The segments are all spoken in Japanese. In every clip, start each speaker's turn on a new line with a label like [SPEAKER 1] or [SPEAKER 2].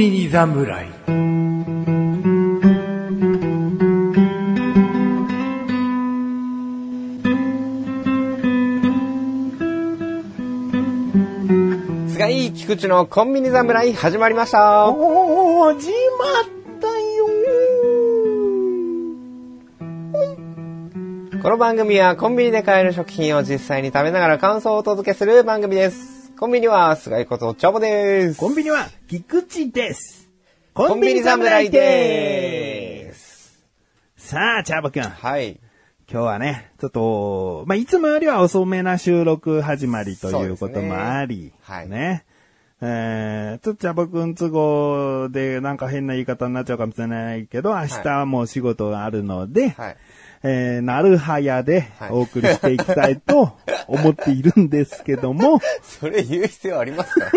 [SPEAKER 1] 侍
[SPEAKER 2] 菅井菊池のコンビニ侍始まりました
[SPEAKER 1] 始まったよ
[SPEAKER 2] この番組はコンビニで買える食品を実際に食べながら感想をお届けする番組です。コンビニは菅井ことチャボです。
[SPEAKER 1] コンビニは菊池です
[SPEAKER 2] コ
[SPEAKER 1] コンビニ侍です
[SPEAKER 2] す。
[SPEAKER 1] さあ、チャーボくん、今
[SPEAKER 2] はい。
[SPEAKER 1] 日はね、ちょっと、まあ、いつもよりは遅めな収録始まりと
[SPEAKER 2] そう
[SPEAKER 1] い
[SPEAKER 2] で
[SPEAKER 1] う
[SPEAKER 2] す
[SPEAKER 1] こ
[SPEAKER 2] ね
[SPEAKER 1] ともあり、
[SPEAKER 2] はい
[SPEAKER 1] ね。えー、ちょっとチャボくん都合でなんか変な言い方になっちゃうかもしれないけど、明日はもう仕事があるので、
[SPEAKER 2] はい。
[SPEAKER 1] えー、なるはやで
[SPEAKER 2] はい
[SPEAKER 1] お送りしていきたいと思っているんですけど も、
[SPEAKER 2] それ言う必要ありますか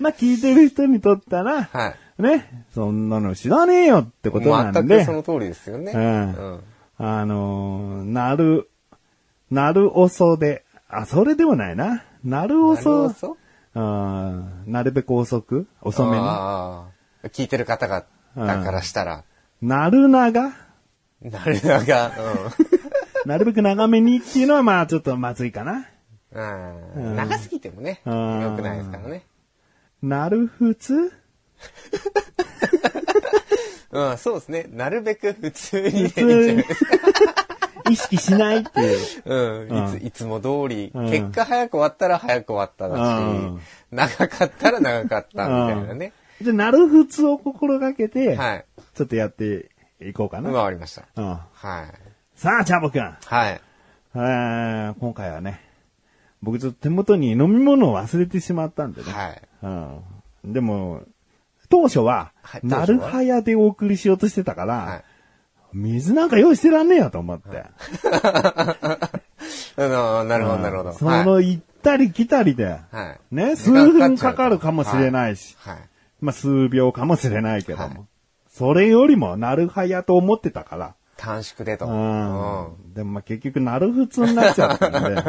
[SPEAKER 1] まあ聞いてる人にとったら、
[SPEAKER 2] はい。
[SPEAKER 1] ね、そんなの知らねえよってことなん
[SPEAKER 2] 全く
[SPEAKER 1] で
[SPEAKER 2] そ、の通りですよね。
[SPEAKER 1] うんあのーなる、なるおそで、あ、それでもないな。なるお
[SPEAKER 2] なる
[SPEAKER 1] そ、
[SPEAKER 2] おそ
[SPEAKER 1] あーなるべく遅く、遅めに。
[SPEAKER 2] あー聞いてる方が、
[SPEAKER 1] うん
[SPEAKER 2] だからしたら、
[SPEAKER 1] なるなが、
[SPEAKER 2] なるなが、
[SPEAKER 1] なるべく長めにっていうのはまあちょっとまずいかな。
[SPEAKER 2] うん。うん長すぎてもね、良
[SPEAKER 1] うん
[SPEAKER 2] くないですからね。
[SPEAKER 1] なるふつ
[SPEAKER 2] うん、そうですね。なるべく普通にね
[SPEAKER 1] 普通意識しないっていう。
[SPEAKER 2] うん、いつ、いつも通り、
[SPEAKER 1] うん
[SPEAKER 2] 結果早く終わったら早く終わっただし、長かったら長かったみたいなね。
[SPEAKER 1] じゃあ、なるふつを心がけて、
[SPEAKER 2] はい。
[SPEAKER 1] ちょっとやっていこうかな。
[SPEAKER 2] 回りました。
[SPEAKER 1] うん
[SPEAKER 2] はい。
[SPEAKER 1] さあ、チャボくん。え
[SPEAKER 2] はい。
[SPEAKER 1] ー今回はね、僕ちょっと手元に飲み物を忘れてしまったんでね。
[SPEAKER 2] はい。
[SPEAKER 1] うん、でも、当初は
[SPEAKER 2] はい、当初は
[SPEAKER 1] なるはやでお送りしようとしてたから、
[SPEAKER 2] はい。
[SPEAKER 1] 水なんか用意してらんねえよと思って。
[SPEAKER 2] あの、なるほど、なるほど。
[SPEAKER 1] その行ったり来たりで、
[SPEAKER 2] はい。
[SPEAKER 1] ね、
[SPEAKER 2] 時
[SPEAKER 1] 数
[SPEAKER 2] 間
[SPEAKER 1] 分
[SPEAKER 2] っちゃ
[SPEAKER 1] か
[SPEAKER 2] う
[SPEAKER 1] かるかもしれないし、
[SPEAKER 2] はい。はい
[SPEAKER 1] まあ数秒かもしれないけども。
[SPEAKER 2] はい
[SPEAKER 1] それよりも、なるはやと思ってたから、
[SPEAKER 2] 短縮でと。うん
[SPEAKER 1] うん。でもまあ結局、なるふつになっちゃったんで、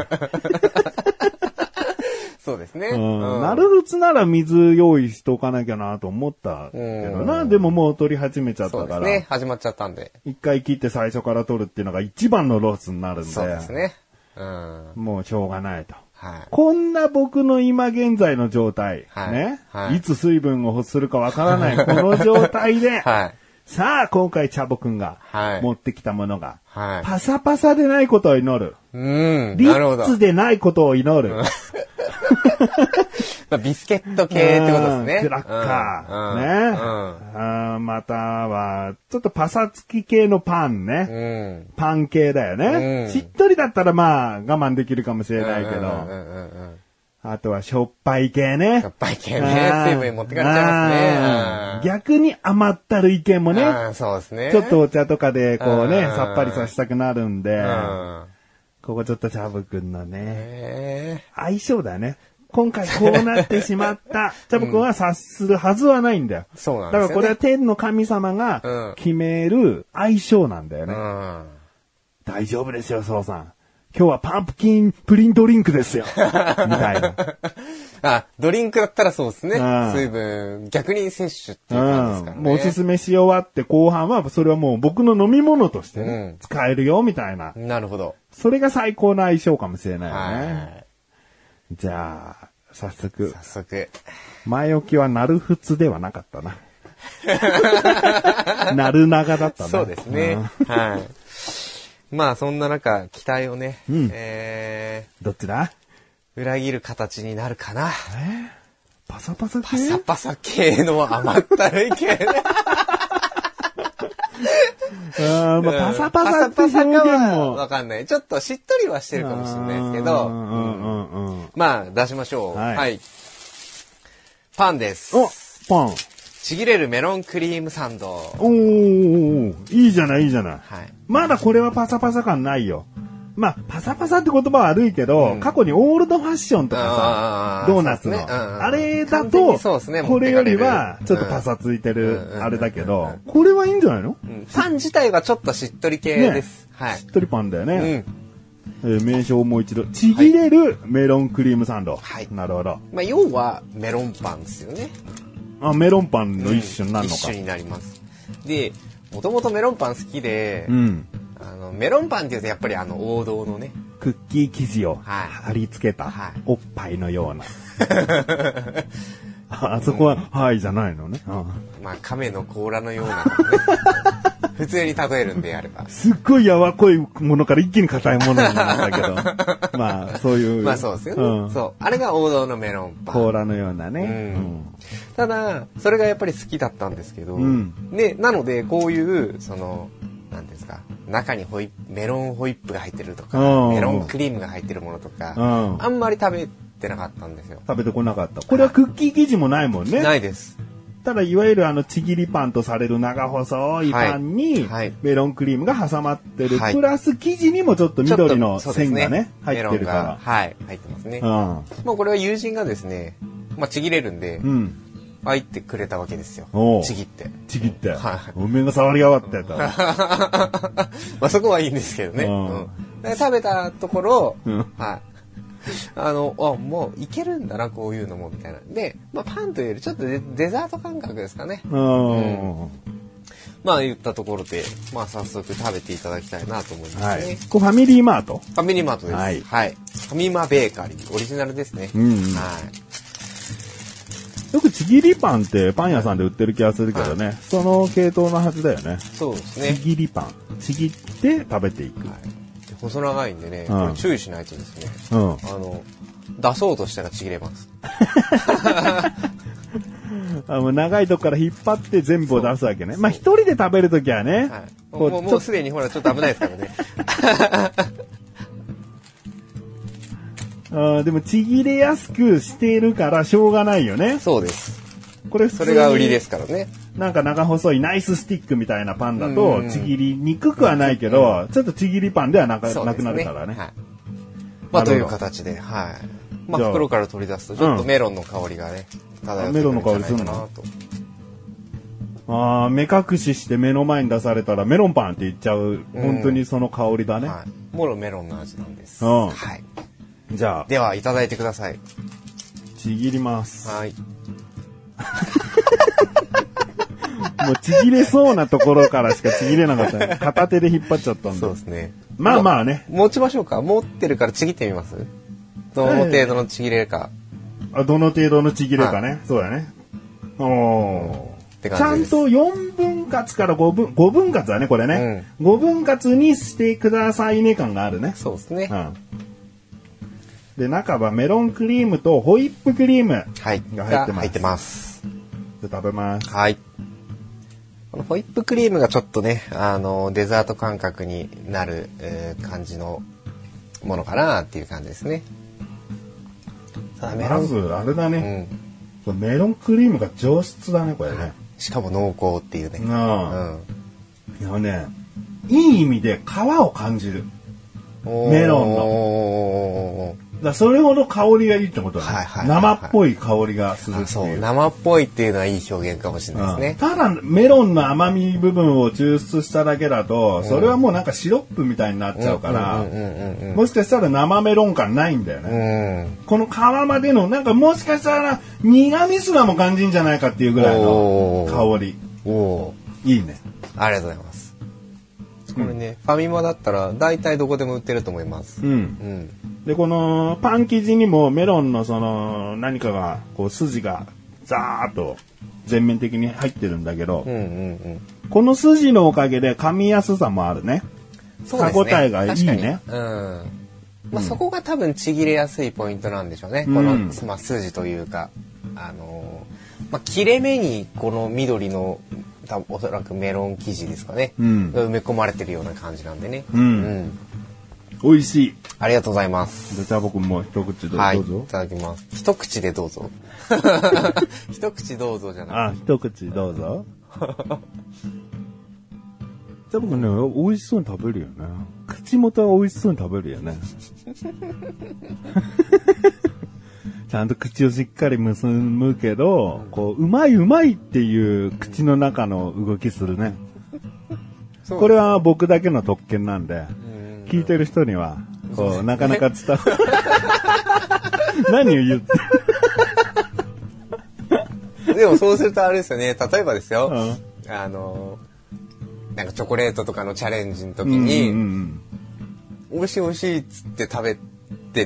[SPEAKER 2] そうですね。
[SPEAKER 1] うん、
[SPEAKER 2] うん
[SPEAKER 1] なるふつなら水用意しておかなきゃなと思ったけどな、でももう取り始めちゃっ
[SPEAKER 2] そ
[SPEAKER 1] た
[SPEAKER 2] うで
[SPEAKER 1] か
[SPEAKER 2] す
[SPEAKER 1] ら、
[SPEAKER 2] ね。始まっちゃったんで。
[SPEAKER 1] 一回切って最初から取るっていうのが一番のロスになるんで、
[SPEAKER 2] そうですね。うん。
[SPEAKER 1] もうしょうがないと。
[SPEAKER 2] はい。
[SPEAKER 1] こんな僕の今現在の状態、
[SPEAKER 2] はい
[SPEAKER 1] ね、
[SPEAKER 2] はい
[SPEAKER 1] いつ水分を欲するかわから ないこの状態で、
[SPEAKER 2] はい。
[SPEAKER 1] さあ今回チャボくんが
[SPEAKER 2] はい
[SPEAKER 1] 持ってきたものが、
[SPEAKER 2] はい。
[SPEAKER 1] パサパサでないことを祈る。
[SPEAKER 2] うん。
[SPEAKER 1] リ
[SPEAKER 2] なるほ
[SPEAKER 1] ッ
[SPEAKER 2] ど。
[SPEAKER 1] ツでないことを祈る。
[SPEAKER 2] まあ、ビスケット系ってことですね
[SPEAKER 1] う。んクラッカー。
[SPEAKER 2] うん
[SPEAKER 1] ね。あーまたは、ちょっとパサつき系のパンね。
[SPEAKER 2] うん。うん
[SPEAKER 1] パン系だよね、
[SPEAKER 2] うん
[SPEAKER 1] しっとりだったらまあ我慢できるかもしれないけど。
[SPEAKER 2] うんうんうんうん
[SPEAKER 1] あとはしょっぱい系ね。
[SPEAKER 2] やっぱり系ね、
[SPEAKER 1] あー
[SPEAKER 2] 水分持ってかれちゃい
[SPEAKER 1] あ
[SPEAKER 2] ま
[SPEAKER 1] ー
[SPEAKER 2] すね。
[SPEAKER 1] 逆に甘ったるい系も
[SPEAKER 2] うん
[SPEAKER 1] ね。
[SPEAKER 2] うんそうですね。
[SPEAKER 1] ちょっとお茶とかでこうね、
[SPEAKER 2] うん
[SPEAKER 1] さっぱりさせたくなるんで
[SPEAKER 2] う、ん。
[SPEAKER 1] ここちょっとチャブくんのね、
[SPEAKER 2] え
[SPEAKER 1] 相性だよね。今回こうなってしま った。チャブくんは察するはずはないんだよ。
[SPEAKER 2] ーそうなん
[SPEAKER 1] だか
[SPEAKER 2] ですよ、
[SPEAKER 1] ら
[SPEAKER 2] ね。
[SPEAKER 1] これは天の神様
[SPEAKER 2] うん
[SPEAKER 1] が決める相性なんだよね。
[SPEAKER 2] は、
[SPEAKER 1] 大丈夫ですよ、そうさん。今日はパンプキンプリンドリンクです よ。みたいな。
[SPEAKER 2] うん。 あ、ドリンクだったらそうですね。
[SPEAKER 1] うん
[SPEAKER 2] 水分、逆に摂取っていう感じですか
[SPEAKER 1] う
[SPEAKER 2] らね。
[SPEAKER 1] ん。もうおすすめし終わって後半はそれはもう僕の飲み物として
[SPEAKER 2] うん
[SPEAKER 1] ね、使えるよ、みたいな。
[SPEAKER 2] なるほど。
[SPEAKER 1] それが最高な相性かもしれないよね。
[SPEAKER 2] は
[SPEAKER 1] じゃあ、早
[SPEAKER 2] い。
[SPEAKER 1] 速、
[SPEAKER 2] 早速。
[SPEAKER 1] 前置きはなるふつではなかったな。なる長だったな。
[SPEAKER 2] そうですね
[SPEAKER 1] ん。
[SPEAKER 2] はい。まあ、そんな中、期待をね、
[SPEAKER 1] うん
[SPEAKER 2] え
[SPEAKER 1] どっちだ
[SPEAKER 2] ー、裏切る形になるかな。
[SPEAKER 1] パサパサ系
[SPEAKER 2] パサパサ系の甘ったるい系ね。
[SPEAKER 1] うんまあパサパサって
[SPEAKER 2] パサ
[SPEAKER 1] 表現
[SPEAKER 2] パサかは
[SPEAKER 1] も
[SPEAKER 2] わ。かんない。ちょっとしっとりはしてるかもしれないですけど、
[SPEAKER 1] うんうんうんうん。
[SPEAKER 2] まあ出しましょう。は。
[SPEAKER 1] はいい
[SPEAKER 2] パンです。
[SPEAKER 1] おパン。
[SPEAKER 2] ちぎれるメロンクリームサンド。
[SPEAKER 1] おー、いいじゃない、いいじゃない。
[SPEAKER 2] はい。
[SPEAKER 1] まだこれはパサパサ感ないよ。まあ、パサパサって言葉は悪いけど、過去にオールドファッションとかさ
[SPEAKER 2] あ、ー
[SPEAKER 1] ドーナツの、
[SPEAKER 2] そうですねうんうん
[SPEAKER 1] あれだ
[SPEAKER 2] 完全
[SPEAKER 1] と、
[SPEAKER 2] にそうですね
[SPEAKER 1] これよりは
[SPEAKER 2] 持
[SPEAKER 1] ち
[SPEAKER 2] って
[SPEAKER 1] ょっと
[SPEAKER 2] かれる
[SPEAKER 1] パサついて
[SPEAKER 2] うんうん
[SPEAKER 1] るあれだけど、これはいいんじゃないの
[SPEAKER 2] うんパン自体はちょっとしっとり系です。はい
[SPEAKER 1] し。っとりパンだよ
[SPEAKER 2] う
[SPEAKER 1] ね。
[SPEAKER 2] ん。
[SPEAKER 1] えー名称をもう一度、ちぎれるメロンクリームサンド。
[SPEAKER 2] はい
[SPEAKER 1] なるほど。
[SPEAKER 2] まあ、要はメロンパンですよね。
[SPEAKER 1] あ、メロンパンの一種になるの
[SPEAKER 2] 一
[SPEAKER 1] か
[SPEAKER 2] 種。になります。で、もともとメロンパン好きで、
[SPEAKER 1] うん。
[SPEAKER 2] あの、メロンパンっていうとやっぱりあの王道のね、
[SPEAKER 1] クッキー生地を
[SPEAKER 2] はい
[SPEAKER 1] 貼り付けた
[SPEAKER 2] はい、
[SPEAKER 1] おっぱいのよう な。ああそこは、はいじゃないのね。あ
[SPEAKER 2] まあ亀の甲羅のような、ね、 普通に例えるんであれば。
[SPEAKER 1] すっごい柔らかいものから一気に硬いものになった けど。まあ、そういう。
[SPEAKER 2] まあそうですよね、
[SPEAKER 1] ん
[SPEAKER 2] そう。あれが王道のメロンパン。
[SPEAKER 1] 甲羅のようなね。
[SPEAKER 2] うんただそれがやっぱり好きだったんですけど、
[SPEAKER 1] うん
[SPEAKER 2] でなのでこういうその何ですか中にホイップメロンホイップが入ってるとか
[SPEAKER 1] うん
[SPEAKER 2] メロンクリームが入ってるものとか
[SPEAKER 1] うん
[SPEAKER 2] あんまり食べてなかったんですよ
[SPEAKER 1] 食べてこなかった。これはクッキー生地もないもんね。
[SPEAKER 2] ないです
[SPEAKER 1] ただ、いわゆるあの、ちぎりパンとされる長細いパンに
[SPEAKER 2] はいはい、
[SPEAKER 1] メロンクリームが挟まってる。
[SPEAKER 2] はい
[SPEAKER 1] プラス生地にもちょっと
[SPEAKER 2] ちょっと
[SPEAKER 1] 緑の
[SPEAKER 2] そうです
[SPEAKER 1] 線がね、入ってる
[SPEAKER 2] メロンが
[SPEAKER 1] か
[SPEAKER 2] はい入ってますね、
[SPEAKER 1] ら。
[SPEAKER 2] もうこれは友人がですね、まあ、ちぎれるんで
[SPEAKER 1] うん。うん。
[SPEAKER 2] 入ってくれたわけですよ
[SPEAKER 1] おう
[SPEAKER 2] ちぎって
[SPEAKER 1] ちぎって
[SPEAKER 2] はい。
[SPEAKER 1] おめえが触りやがってと。
[SPEAKER 2] まあそこはいいんですけどね。
[SPEAKER 1] うん
[SPEAKER 2] うんで食べたところ、
[SPEAKER 1] うん
[SPEAKER 2] はい。あの、あ、もういけるんだな、こういうのも、みたいな。で、まあパンというよりちょっとデデザート感覚ですかね。
[SPEAKER 1] うん。
[SPEAKER 2] まあ言ったところで、まあ早速食べていただきたいなと思いますね。
[SPEAKER 1] はい。これファミリーマート。
[SPEAKER 2] ファミリーマートです。
[SPEAKER 1] はい
[SPEAKER 2] ファミマベーカリー、オリジナルですね。
[SPEAKER 1] うんうん
[SPEAKER 2] はい。
[SPEAKER 1] よくちぎりパンってパン屋さんで売ってる気がするけどね。その系統のはずだよね。
[SPEAKER 2] そうです
[SPEAKER 1] ち
[SPEAKER 2] ね。
[SPEAKER 1] ぎりパン。ちぎって食べていく。
[SPEAKER 2] はい。で細長いんでね、
[SPEAKER 1] うん
[SPEAKER 2] これ注意しないとですね、
[SPEAKER 1] うん。
[SPEAKER 2] あの、出そうとしたらちぎれます。
[SPEAKER 1] あの長いとこから引っ張って全部を出すわけね。まあ一人で食べるときはね、
[SPEAKER 2] はい。
[SPEAKER 1] こ
[SPEAKER 2] も
[SPEAKER 1] う
[SPEAKER 2] うもう
[SPEAKER 1] ち
[SPEAKER 2] も
[SPEAKER 1] ょ
[SPEAKER 2] うすでにほらちょっと危ないですからね。
[SPEAKER 1] あーでもちぎれやすくしているからしょうがないよね。
[SPEAKER 2] そうです。
[SPEAKER 1] これ普通
[SPEAKER 2] そ
[SPEAKER 1] に
[SPEAKER 2] れが売りですからね。
[SPEAKER 1] なんか長細いナイススティックみたいなパンだ
[SPEAKER 2] うんう
[SPEAKER 1] と
[SPEAKER 2] んうん
[SPEAKER 1] ちぎりにくくはないけど、ちょっとちぎりパンではなか
[SPEAKER 2] そう
[SPEAKER 1] な
[SPEAKER 2] です
[SPEAKER 1] くなるからね
[SPEAKER 2] は。い、まあ
[SPEAKER 1] なるほど
[SPEAKER 2] という形で、はい。まあ
[SPEAKER 1] じゃあ
[SPEAKER 2] 袋から取り出すとちょっとメロンの香りがね、漂ってくるんじゃないかなと。
[SPEAKER 1] ああ、目隠しして目の前に出されたらメロンパンって言っちゃう。本当にその香りだね。
[SPEAKER 2] はい。もろメロンの味なんです。
[SPEAKER 1] うん
[SPEAKER 2] はい。
[SPEAKER 1] じゃあ、
[SPEAKER 2] では、いただいてください。
[SPEAKER 1] ちぎります。
[SPEAKER 2] はい。
[SPEAKER 1] もうちぎれそうなところからしかちぎれなかった。片手で引っ張っちゃったん
[SPEAKER 2] そう
[SPEAKER 1] だ
[SPEAKER 2] で。すね。
[SPEAKER 1] まあまあね。
[SPEAKER 2] 持ちましょうか。持ってるからちぎってみますどの程度のちぎれるか。
[SPEAKER 1] あどの程度のちぎれかね。そうだね。おお
[SPEAKER 2] て
[SPEAKER 1] ー。ちゃ
[SPEAKER 2] 感じで
[SPEAKER 1] ん
[SPEAKER 2] す
[SPEAKER 1] と4分割から5分、5分割だね、これね。5分割にしてくださいね感があるね。
[SPEAKER 2] そうですね。
[SPEAKER 1] うん。で、中はメロンクリームとホイップクリーム。
[SPEAKER 2] はい。
[SPEAKER 1] が入ってます
[SPEAKER 2] が入ってます。
[SPEAKER 1] で食べます。
[SPEAKER 2] はい。このホイップクリームがちょっとね、あの、デザート感覚になる、えー感じのものかなっていう感じですね。ただメロ
[SPEAKER 1] ま
[SPEAKER 2] ン、
[SPEAKER 1] ず、あれだ
[SPEAKER 2] う
[SPEAKER 1] ね。
[SPEAKER 2] ん。
[SPEAKER 1] これメロンクリームが上質だね、これね。
[SPEAKER 2] しかも濃厚っていうね。うん。
[SPEAKER 1] なあ。いやね、いい意味で皮を感じる。メロンの
[SPEAKER 2] の。
[SPEAKER 1] だからそれほど香りがいいってことだね。
[SPEAKER 2] はいはいはい
[SPEAKER 1] 生
[SPEAKER 2] はい
[SPEAKER 1] っぽい香りがするっていう。
[SPEAKER 2] あそう、生っぽいっていうのはいい表現かもしれないですね。
[SPEAKER 1] ただメロンの甘み部分を抽出しただけだと、それはもうなんかシロップみたいになっちゃうから、
[SPEAKER 2] うんうんうん
[SPEAKER 1] もしかしたら生メロン感ないんだよね。
[SPEAKER 2] うん。うん。
[SPEAKER 1] この皮までの、なんかもしかしたら苦味すらも感じんじゃないかっていうぐらいの
[SPEAKER 2] おー
[SPEAKER 1] 香り。
[SPEAKER 2] おお
[SPEAKER 1] いいね。
[SPEAKER 2] ーありがとうございます。これね、ファミマだったら大体どこでも売ってると思います。
[SPEAKER 1] うん。
[SPEAKER 2] うん。
[SPEAKER 1] で、このパン生地にもメロンのその何かが、こう筋がザーッと全面的に入ってるんだけど
[SPEAKER 2] うん、うんうん。
[SPEAKER 1] この筋のおかげで噛みやすさもあるね。
[SPEAKER 2] そうですね
[SPEAKER 1] 歯応えがいいね
[SPEAKER 2] 確かにうん。まあ、そこが多分ちぎれやすいポイントなんでしょうね。
[SPEAKER 1] うん
[SPEAKER 2] この、まあ、筋というか、あのーまあ、切れ目にこの緑の、多分おそらくメロン生地ですかね。
[SPEAKER 1] うん
[SPEAKER 2] 埋め込まれてるような感じなんでね。
[SPEAKER 1] うん
[SPEAKER 2] うん
[SPEAKER 1] 美味しい。
[SPEAKER 2] ありがとうございます。
[SPEAKER 1] でじゃあ僕も一口でど
[SPEAKER 2] はい。いう
[SPEAKER 1] ぞ。
[SPEAKER 2] ただきます。一口でどう ぞ。一口どうぞじゃない。
[SPEAKER 1] あ、一口どう ぞ。じゃあ僕ね、美味しそうに食べるよね。口元は美味しそうに食べるよね。 ちゃんと口をしっかり結むけど、こう、うまいうまいっていう口の中の動きするね。
[SPEAKER 2] そう
[SPEAKER 1] これは僕だけの特権なんで、
[SPEAKER 2] うん
[SPEAKER 1] 聞いてる人には、こう、なかなか伝わる。 何を言って。
[SPEAKER 2] でもそうするとあれですよね、例えばですよ、
[SPEAKER 1] う
[SPEAKER 2] あの、なんかチョコレートとかのチャレンジの時
[SPEAKER 1] うん
[SPEAKER 2] に、
[SPEAKER 1] うん
[SPEAKER 2] 美味しい美味しいっつって食べ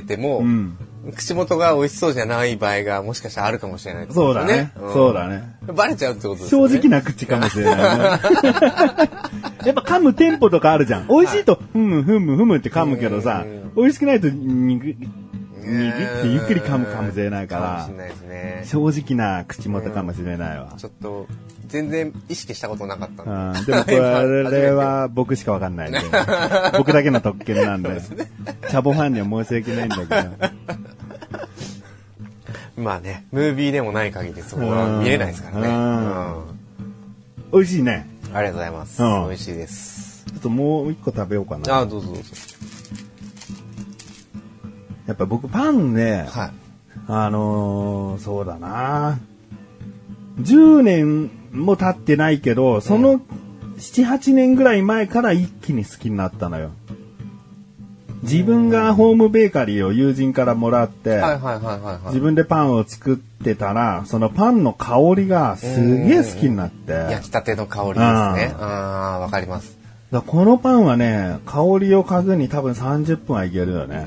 [SPEAKER 2] てても、
[SPEAKER 1] うん
[SPEAKER 2] 口元が美味しそうじゃない場合がもしかしたらあるかもしれない、
[SPEAKER 1] うん。そうだね。
[SPEAKER 2] ん
[SPEAKER 1] そうだね。
[SPEAKER 2] バレちゃうってことです
[SPEAKER 1] 正
[SPEAKER 2] よね。
[SPEAKER 1] 直な口かもしれないね。やっぱ噛むテンポとかあるじゃん。美味しいと、ふむふむふむって噛むけどさ
[SPEAKER 2] うん、
[SPEAKER 1] 美味しくないと、にぐ、にぐってゆっくり噛むかもしれないか
[SPEAKER 2] かもしれ
[SPEAKER 1] ら、
[SPEAKER 2] ないですね。
[SPEAKER 1] 正直な口元かもしれないわ。
[SPEAKER 2] ちょっと、全然意識したことなかったんで。
[SPEAKER 1] うん、でもこ れは僕しかわかんないんで。僕だけの特権なんで。チャボファンには申し訳ないんだ
[SPEAKER 2] まあね、ムービーでもない限りそこは見れないですからね。
[SPEAKER 1] う
[SPEAKER 2] うんん
[SPEAKER 1] けど。美味しいね。
[SPEAKER 2] ありがとうございます。
[SPEAKER 1] うん
[SPEAKER 2] 美味しいです。
[SPEAKER 1] ちょっともう一個食べようかな。
[SPEAKER 2] あ、どうぞどうぞ。
[SPEAKER 1] やっぱ僕パンね、
[SPEAKER 2] はい。
[SPEAKER 1] あのー、そうだな10年も経ってないけど、その7、8年ぐらい前から一気に好きになったのよ。自分がホームベーカリーを友人からもらって、
[SPEAKER 2] はいはいはいはいはい。
[SPEAKER 1] 自分でパンを作ってたら、そのパンの香りがすげえ好きになって。だ
[SPEAKER 2] 焼
[SPEAKER 1] か
[SPEAKER 2] きたての香りですね。
[SPEAKER 1] う
[SPEAKER 2] ああー、わかります。
[SPEAKER 1] らこのパンはね、香りを嗅ぐに多分30分はいけるよね。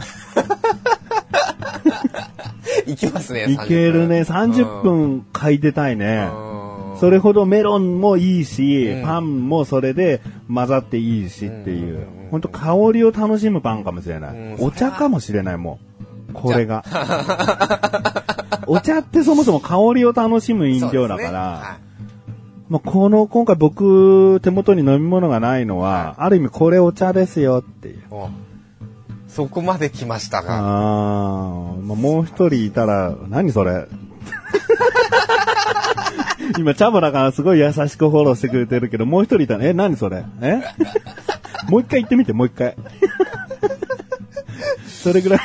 [SPEAKER 2] いきますね、
[SPEAKER 1] いけるね。30分嗅いでたいね。
[SPEAKER 2] 分
[SPEAKER 1] それほどメロンもいいし、
[SPEAKER 2] うん
[SPEAKER 1] パンもそれで混ざっていいしっていううん
[SPEAKER 2] うんうんう、ん
[SPEAKER 1] 本当香りを楽しむパンかもしれない。
[SPEAKER 2] うん
[SPEAKER 1] お茶かもしれない、もう。これが。 お茶ってそもそも香りを楽しむ飲料だから、まあ、この、今回僕、手元に飲み物がないのは、ある意味これお茶ですよっていう。
[SPEAKER 2] そうですねはいおそこまで来ましたが。
[SPEAKER 1] あー、まあ、もう一人いたら、何それ 今、チャボラがすごい優しくフォローしてくれてるけど、もう一人いたら、え、何それえもう一回言ってみて、もう一回。 それぐらい、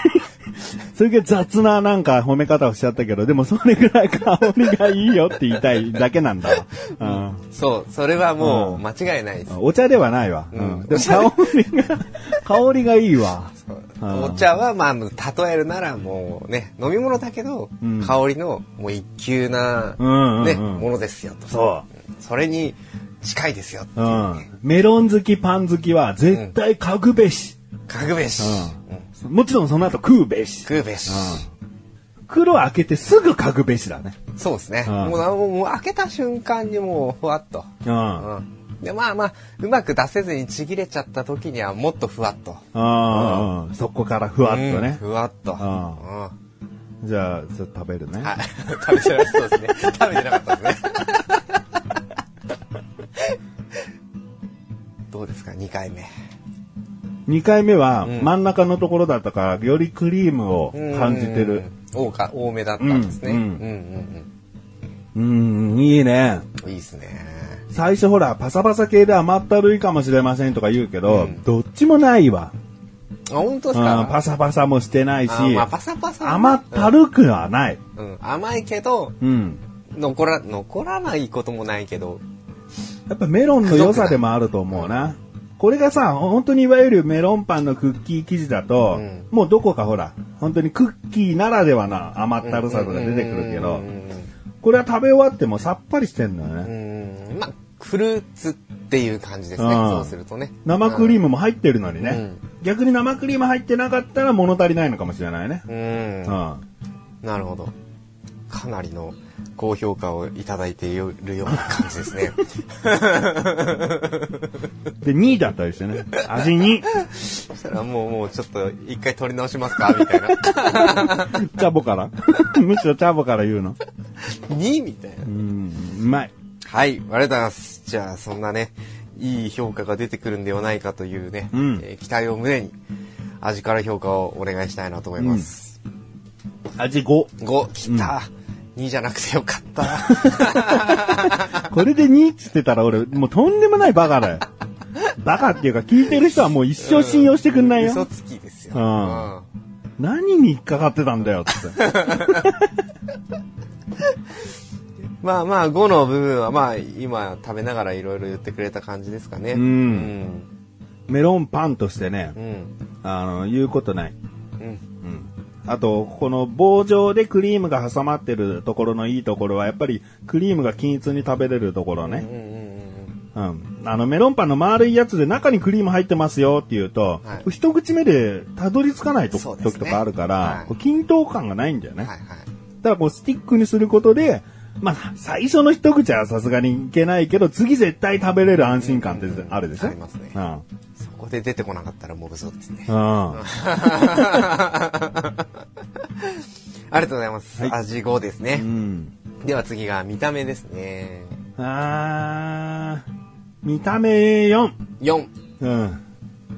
[SPEAKER 1] それぐらい雑ななんか褒め方をしちゃったけど、でもそれぐらい香りがいいよって言いたいだけなんだわ。
[SPEAKER 2] そう、それはも
[SPEAKER 1] う
[SPEAKER 2] うん間違いないです
[SPEAKER 1] うん、。お茶ではないわ。う、
[SPEAKER 2] うんん
[SPEAKER 1] でも香りが、香りがいいわ。うん
[SPEAKER 2] お茶は、まあ、例えるならもうね、飲み物だけど、
[SPEAKER 1] うん
[SPEAKER 2] 香りのもう一級な、
[SPEAKER 1] うんうんうん
[SPEAKER 2] ね、ものですよと。
[SPEAKER 1] そう。
[SPEAKER 2] それに近いですよ。
[SPEAKER 1] うんメロン好き、パン好きは絶対嗅ぐべし。
[SPEAKER 2] 嗅ぐべし。
[SPEAKER 1] う
[SPEAKER 2] うん
[SPEAKER 1] もちろんその後食うべし。
[SPEAKER 2] 食うべし。
[SPEAKER 1] 袋開けてすぐ嗅ぐべしだね。
[SPEAKER 2] そうですね。
[SPEAKER 1] うん
[SPEAKER 2] もうな、もうもう開けた瞬間にもう、ふわっと。
[SPEAKER 1] う。
[SPEAKER 2] うんん。で、まあまあ、うまく出せずにちぎれちゃった時には、もっとふわっと。
[SPEAKER 1] ああ、そこからふわっと
[SPEAKER 2] うん
[SPEAKER 1] ね。
[SPEAKER 2] ふわっと。うん。
[SPEAKER 1] ん
[SPEAKER 2] は
[SPEAKER 1] じゃあ、ちょっと食べるね。
[SPEAKER 2] い。食べてなかったですね。食べてなかったですね。どうですか、2回目。
[SPEAKER 1] 2回目は
[SPEAKER 2] うん
[SPEAKER 1] 真ん中のところだったから、よりクリームを感じてる。
[SPEAKER 2] うん。多か、多めだったんですね。
[SPEAKER 1] う
[SPEAKER 2] うんん
[SPEAKER 1] う
[SPEAKER 2] うんんうん
[SPEAKER 1] うん、いいね。
[SPEAKER 2] うん。いいですね。
[SPEAKER 1] 最初ほら、パサパサ系で甘ったるいかもしれませんとか言うけど、
[SPEAKER 2] うん
[SPEAKER 1] どっちもないわ。
[SPEAKER 2] あ、本当
[SPEAKER 1] うん
[SPEAKER 2] ですか
[SPEAKER 1] パサパサもしてないし、
[SPEAKER 2] あまあ、パサパサ。
[SPEAKER 1] 甘ったるくはない。
[SPEAKER 2] うん。甘いけど、
[SPEAKER 1] うん。
[SPEAKER 2] 残ら、残らないこともないけど、
[SPEAKER 1] やっぱメロンの良さでもあると思うな。これがさ、本当にいわゆるメロンパンのクッキー生地だと、
[SPEAKER 2] うん
[SPEAKER 1] もうどこかほら、本当にクッキーならではな甘ったるさとか出てくるけ
[SPEAKER 2] う
[SPEAKER 1] ど
[SPEAKER 2] ん、
[SPEAKER 1] これは食べ終わってもさっぱりしてんのよ
[SPEAKER 2] うん
[SPEAKER 1] ね。
[SPEAKER 2] うんうん。まあ、フルーツっていう感じですね。
[SPEAKER 1] うん
[SPEAKER 2] そうするとね。
[SPEAKER 1] 生クリームも入ってるのにね。
[SPEAKER 2] うん
[SPEAKER 1] 逆に生クリーム入ってなかったら物足りないのかもしれないね。
[SPEAKER 2] うん
[SPEAKER 1] う。ん。
[SPEAKER 2] なるほど。かなりの高評価をいただいているような感じです
[SPEAKER 1] で、
[SPEAKER 2] ね。
[SPEAKER 1] 2位だったりしてね。味2。
[SPEAKER 2] そしたらもう、もうちょっと一回取り直しますかみたいな。
[SPEAKER 1] チ ャボから むしろチャボから言うの。
[SPEAKER 2] 2? みたいな
[SPEAKER 1] う。ん、うまい。
[SPEAKER 2] はい、ありがとうございます。じゃあ、そんなね、いい評価が出てくるんではないかというね、
[SPEAKER 1] うん
[SPEAKER 2] えー期待を胸に、味から評価をお願いしたいなと思います。
[SPEAKER 1] 味5。
[SPEAKER 2] 5、きた、!2 じゃなくてよかった。
[SPEAKER 1] これで2っつってたら俺、もうとんでもないバカだよ。バカっていうか、聞いてる人はもう一生 信用してくんない
[SPEAKER 2] 嘘
[SPEAKER 1] よ。
[SPEAKER 2] つきですよ。
[SPEAKER 1] うん何に引っかかってたんだよって。
[SPEAKER 2] まあまあ、5の部分はまあ、今食べながらいろいろ言ってくれた感じですかね。
[SPEAKER 1] うんメロンパンとしてね
[SPEAKER 2] う、ん。
[SPEAKER 1] あの、言うことない。
[SPEAKER 2] うん。
[SPEAKER 1] うん。あと、この棒状でクリームが挟まってるところのいいところは、やっぱりクリームが均一に食べれるところ
[SPEAKER 2] うん
[SPEAKER 1] ね。
[SPEAKER 2] うんうん
[SPEAKER 1] うん。あの、メロンパンの丸いやつで中にクリーム入ってますよっていうと、
[SPEAKER 2] はい
[SPEAKER 1] 一口目でたどり着かないと、
[SPEAKER 2] そうですね
[SPEAKER 1] 時とかあるから、
[SPEAKER 2] はい
[SPEAKER 1] こう均等感がないんだよ
[SPEAKER 2] う
[SPEAKER 1] ね。
[SPEAKER 2] ん。はいはい。
[SPEAKER 1] ただこうスティックにすることで、まあ、最初の一口はさすがにいけないけど、次絶対食べれる安心感ってあるでしょ、
[SPEAKER 2] ありますね
[SPEAKER 1] うん。
[SPEAKER 2] そこで出てこなかったらモブゾですね。
[SPEAKER 1] うん。
[SPEAKER 2] ありがとうございます。
[SPEAKER 1] はい
[SPEAKER 2] 味5ですね
[SPEAKER 1] う。ん。
[SPEAKER 2] では次が見た目ですね。
[SPEAKER 1] あー見た目4。
[SPEAKER 2] 4。
[SPEAKER 1] うん。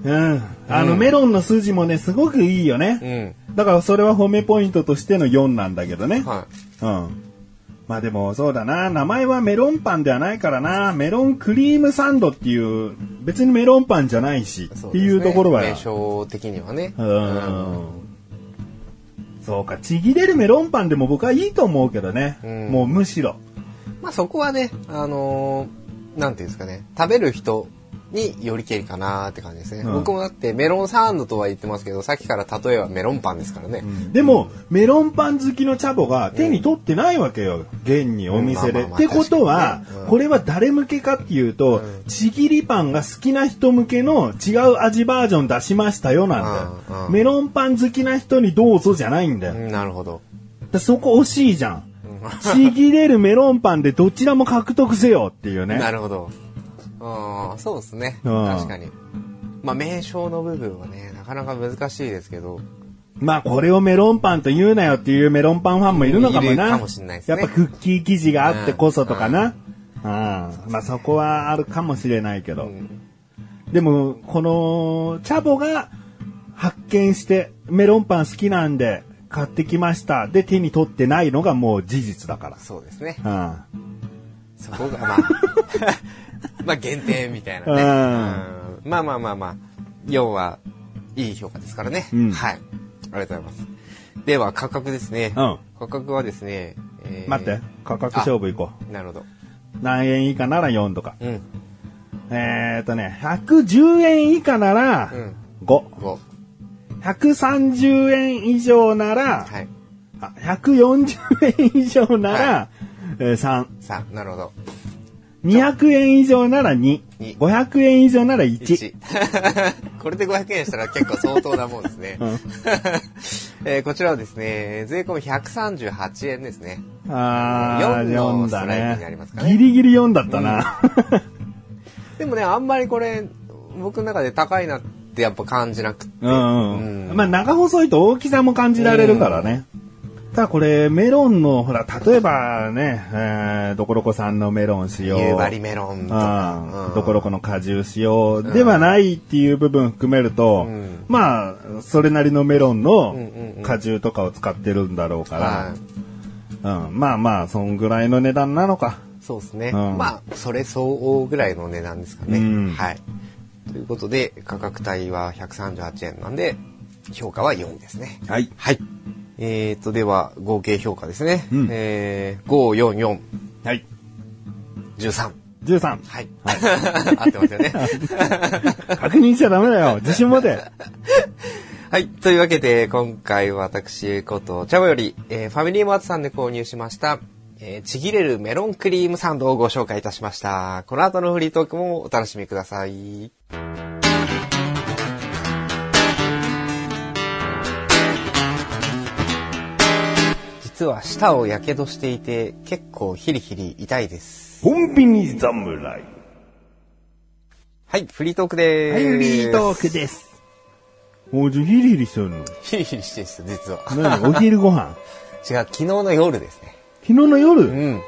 [SPEAKER 1] うん。あの、メロンの筋もね、すごくいいよ
[SPEAKER 2] う
[SPEAKER 1] ね。
[SPEAKER 2] ん。
[SPEAKER 1] だからそれは褒めポイントとしての4なんだけどね。
[SPEAKER 2] は
[SPEAKER 1] うん。まあでもそうだな、名前はメロンパンではないからな、メロンクリームサンドっていう、別にメロンパンじゃないし、
[SPEAKER 2] い。そ
[SPEAKER 1] っ
[SPEAKER 2] う
[SPEAKER 1] て
[SPEAKER 2] ですね
[SPEAKER 1] いうところは、
[SPEAKER 2] 名称的にはね。
[SPEAKER 1] う。ん。そうか、ちぎれるメロンパンでも僕はいいと思うけどね。
[SPEAKER 2] うん
[SPEAKER 1] もうむしろ。
[SPEAKER 2] まあそこはね、あのーなんていうんですかね、食べる人によりけりかなーって感じですね、
[SPEAKER 1] うん
[SPEAKER 2] 僕もだってメロンサンドとは言ってますけど、さっきから例えはメロンパンですからね。
[SPEAKER 1] でも、メロンパン好きのチャボが手に取ってないわけよ。現にお店で。
[SPEAKER 2] うんまあまあま
[SPEAKER 1] っ
[SPEAKER 2] あ
[SPEAKER 1] てことは
[SPEAKER 2] 確かにねう、ん
[SPEAKER 1] これは誰向けかっていうと、ちぎりパンが好きな人向けの違う味バージョン出しましたよなんだ
[SPEAKER 2] うん
[SPEAKER 1] よ。
[SPEAKER 2] うん
[SPEAKER 1] メロンパン好きな人にどうぞじゃないんだよ
[SPEAKER 2] う。んなるほど。
[SPEAKER 1] だそこ惜しいじゃん。ちぎれるメロンパンでどちらも獲得せよっていう
[SPEAKER 2] な
[SPEAKER 1] ね。
[SPEAKER 2] るほど。うん、そうですね。
[SPEAKER 1] うん
[SPEAKER 2] 確かに。まあ名称の部分はね、なかなか難しいですけど、
[SPEAKER 1] まあこれをメロンパンと言うなよっていうメロンパンファンもいるのかも
[SPEAKER 2] いる
[SPEAKER 1] な。
[SPEAKER 2] かもしんないですね
[SPEAKER 1] やっぱクッキー生地があってこそとかな。うんまあそこはあるかもしれないけど。
[SPEAKER 2] うん
[SPEAKER 1] でも、この、チャボが発見して、メロンパン好きなんで買ってきました。で、手に取ってないのがもう事実だか
[SPEAKER 2] そうですね。
[SPEAKER 1] ら。
[SPEAKER 2] そこがまあ、 まあ限定みたいなね。うんまあまあまあまあ、要はいい評価ですからね。
[SPEAKER 1] うん
[SPEAKER 2] はい。ありがとうございます。では価格ですね。
[SPEAKER 1] うん。うん。
[SPEAKER 2] 価格はですね、えー
[SPEAKER 1] 待って、価格勝負いこう。
[SPEAKER 2] なるほど。
[SPEAKER 1] 何円以下なら4とか。
[SPEAKER 2] うん。
[SPEAKER 1] えーっとね、110円以下なら
[SPEAKER 2] うん
[SPEAKER 1] 5。
[SPEAKER 2] 5。
[SPEAKER 1] 130円以上なら、
[SPEAKER 2] はい。
[SPEAKER 1] あ140円以上なら、えー3。
[SPEAKER 2] 3。なるほど。
[SPEAKER 1] 200円以上なら2。
[SPEAKER 2] に
[SPEAKER 1] 500円以上なら1。
[SPEAKER 2] 1。これで500円したら結構相当なもんですね。
[SPEAKER 1] うん
[SPEAKER 2] えーこちらはですね、税込み138円ですね。
[SPEAKER 1] あー、
[SPEAKER 2] 四の
[SPEAKER 1] 4だ
[SPEAKER 2] ストライクにな
[SPEAKER 1] ね
[SPEAKER 2] りますか。ね
[SPEAKER 1] ギリギリ4だったな。
[SPEAKER 2] でもね、あんまりこれ、僕の中で高いなってやっぱ感じなくて。
[SPEAKER 1] うん
[SPEAKER 2] ん
[SPEAKER 1] うん。まあ長細いと大きさも感じられるからね。ただこれ、メロンの、ほら、例えばね、えー、どころこさんのメロン使用。
[SPEAKER 2] 夕張メロンとか。
[SPEAKER 1] どころこの果汁使用ではないっていう部分含めると、
[SPEAKER 2] うん
[SPEAKER 1] まあ、それなりのメロン
[SPEAKER 2] う
[SPEAKER 1] の
[SPEAKER 2] んうんうん
[SPEAKER 1] 果汁とかを使ってるんだろうか
[SPEAKER 2] は
[SPEAKER 1] ら、うんまあまあ、そんぐらいの値段なのか。
[SPEAKER 2] い。そうですね。
[SPEAKER 1] うん
[SPEAKER 2] まあ、それ相応ぐらいの値段ですかね。
[SPEAKER 1] うん
[SPEAKER 2] はい。ということで、価格帯は138円なんで、評価は4ですね。
[SPEAKER 1] はい。
[SPEAKER 2] はい。えーと、では、合計評価ですね。
[SPEAKER 1] うん
[SPEAKER 2] えー、5、4、
[SPEAKER 1] はい。
[SPEAKER 2] 4、13。
[SPEAKER 1] 13。
[SPEAKER 2] はい。 合ってますよね。
[SPEAKER 1] 確認しちゃダメだ よ。自信持て。
[SPEAKER 2] はい。というわけで、今回私こと、チャボより、えーファミリーマートさんで購入しました、えーちぎれるメロンクリームサンドをご紹介いたしました。この後のフリートークもお楽しみください。実は舌をやけどしていて、結構ヒリヒリ痛いです。
[SPEAKER 1] コンビニ侍。
[SPEAKER 2] はい、フリートークでー
[SPEAKER 1] は
[SPEAKER 2] す。
[SPEAKER 1] い、フリートークです。おじゃヒリヒリしてるの。
[SPEAKER 2] ヒリヒリしてるんですよ、実は。
[SPEAKER 1] 何お昼ご飯。
[SPEAKER 2] 違う、昨日の夜ですね。
[SPEAKER 1] 昨日の夜、
[SPEAKER 2] うん。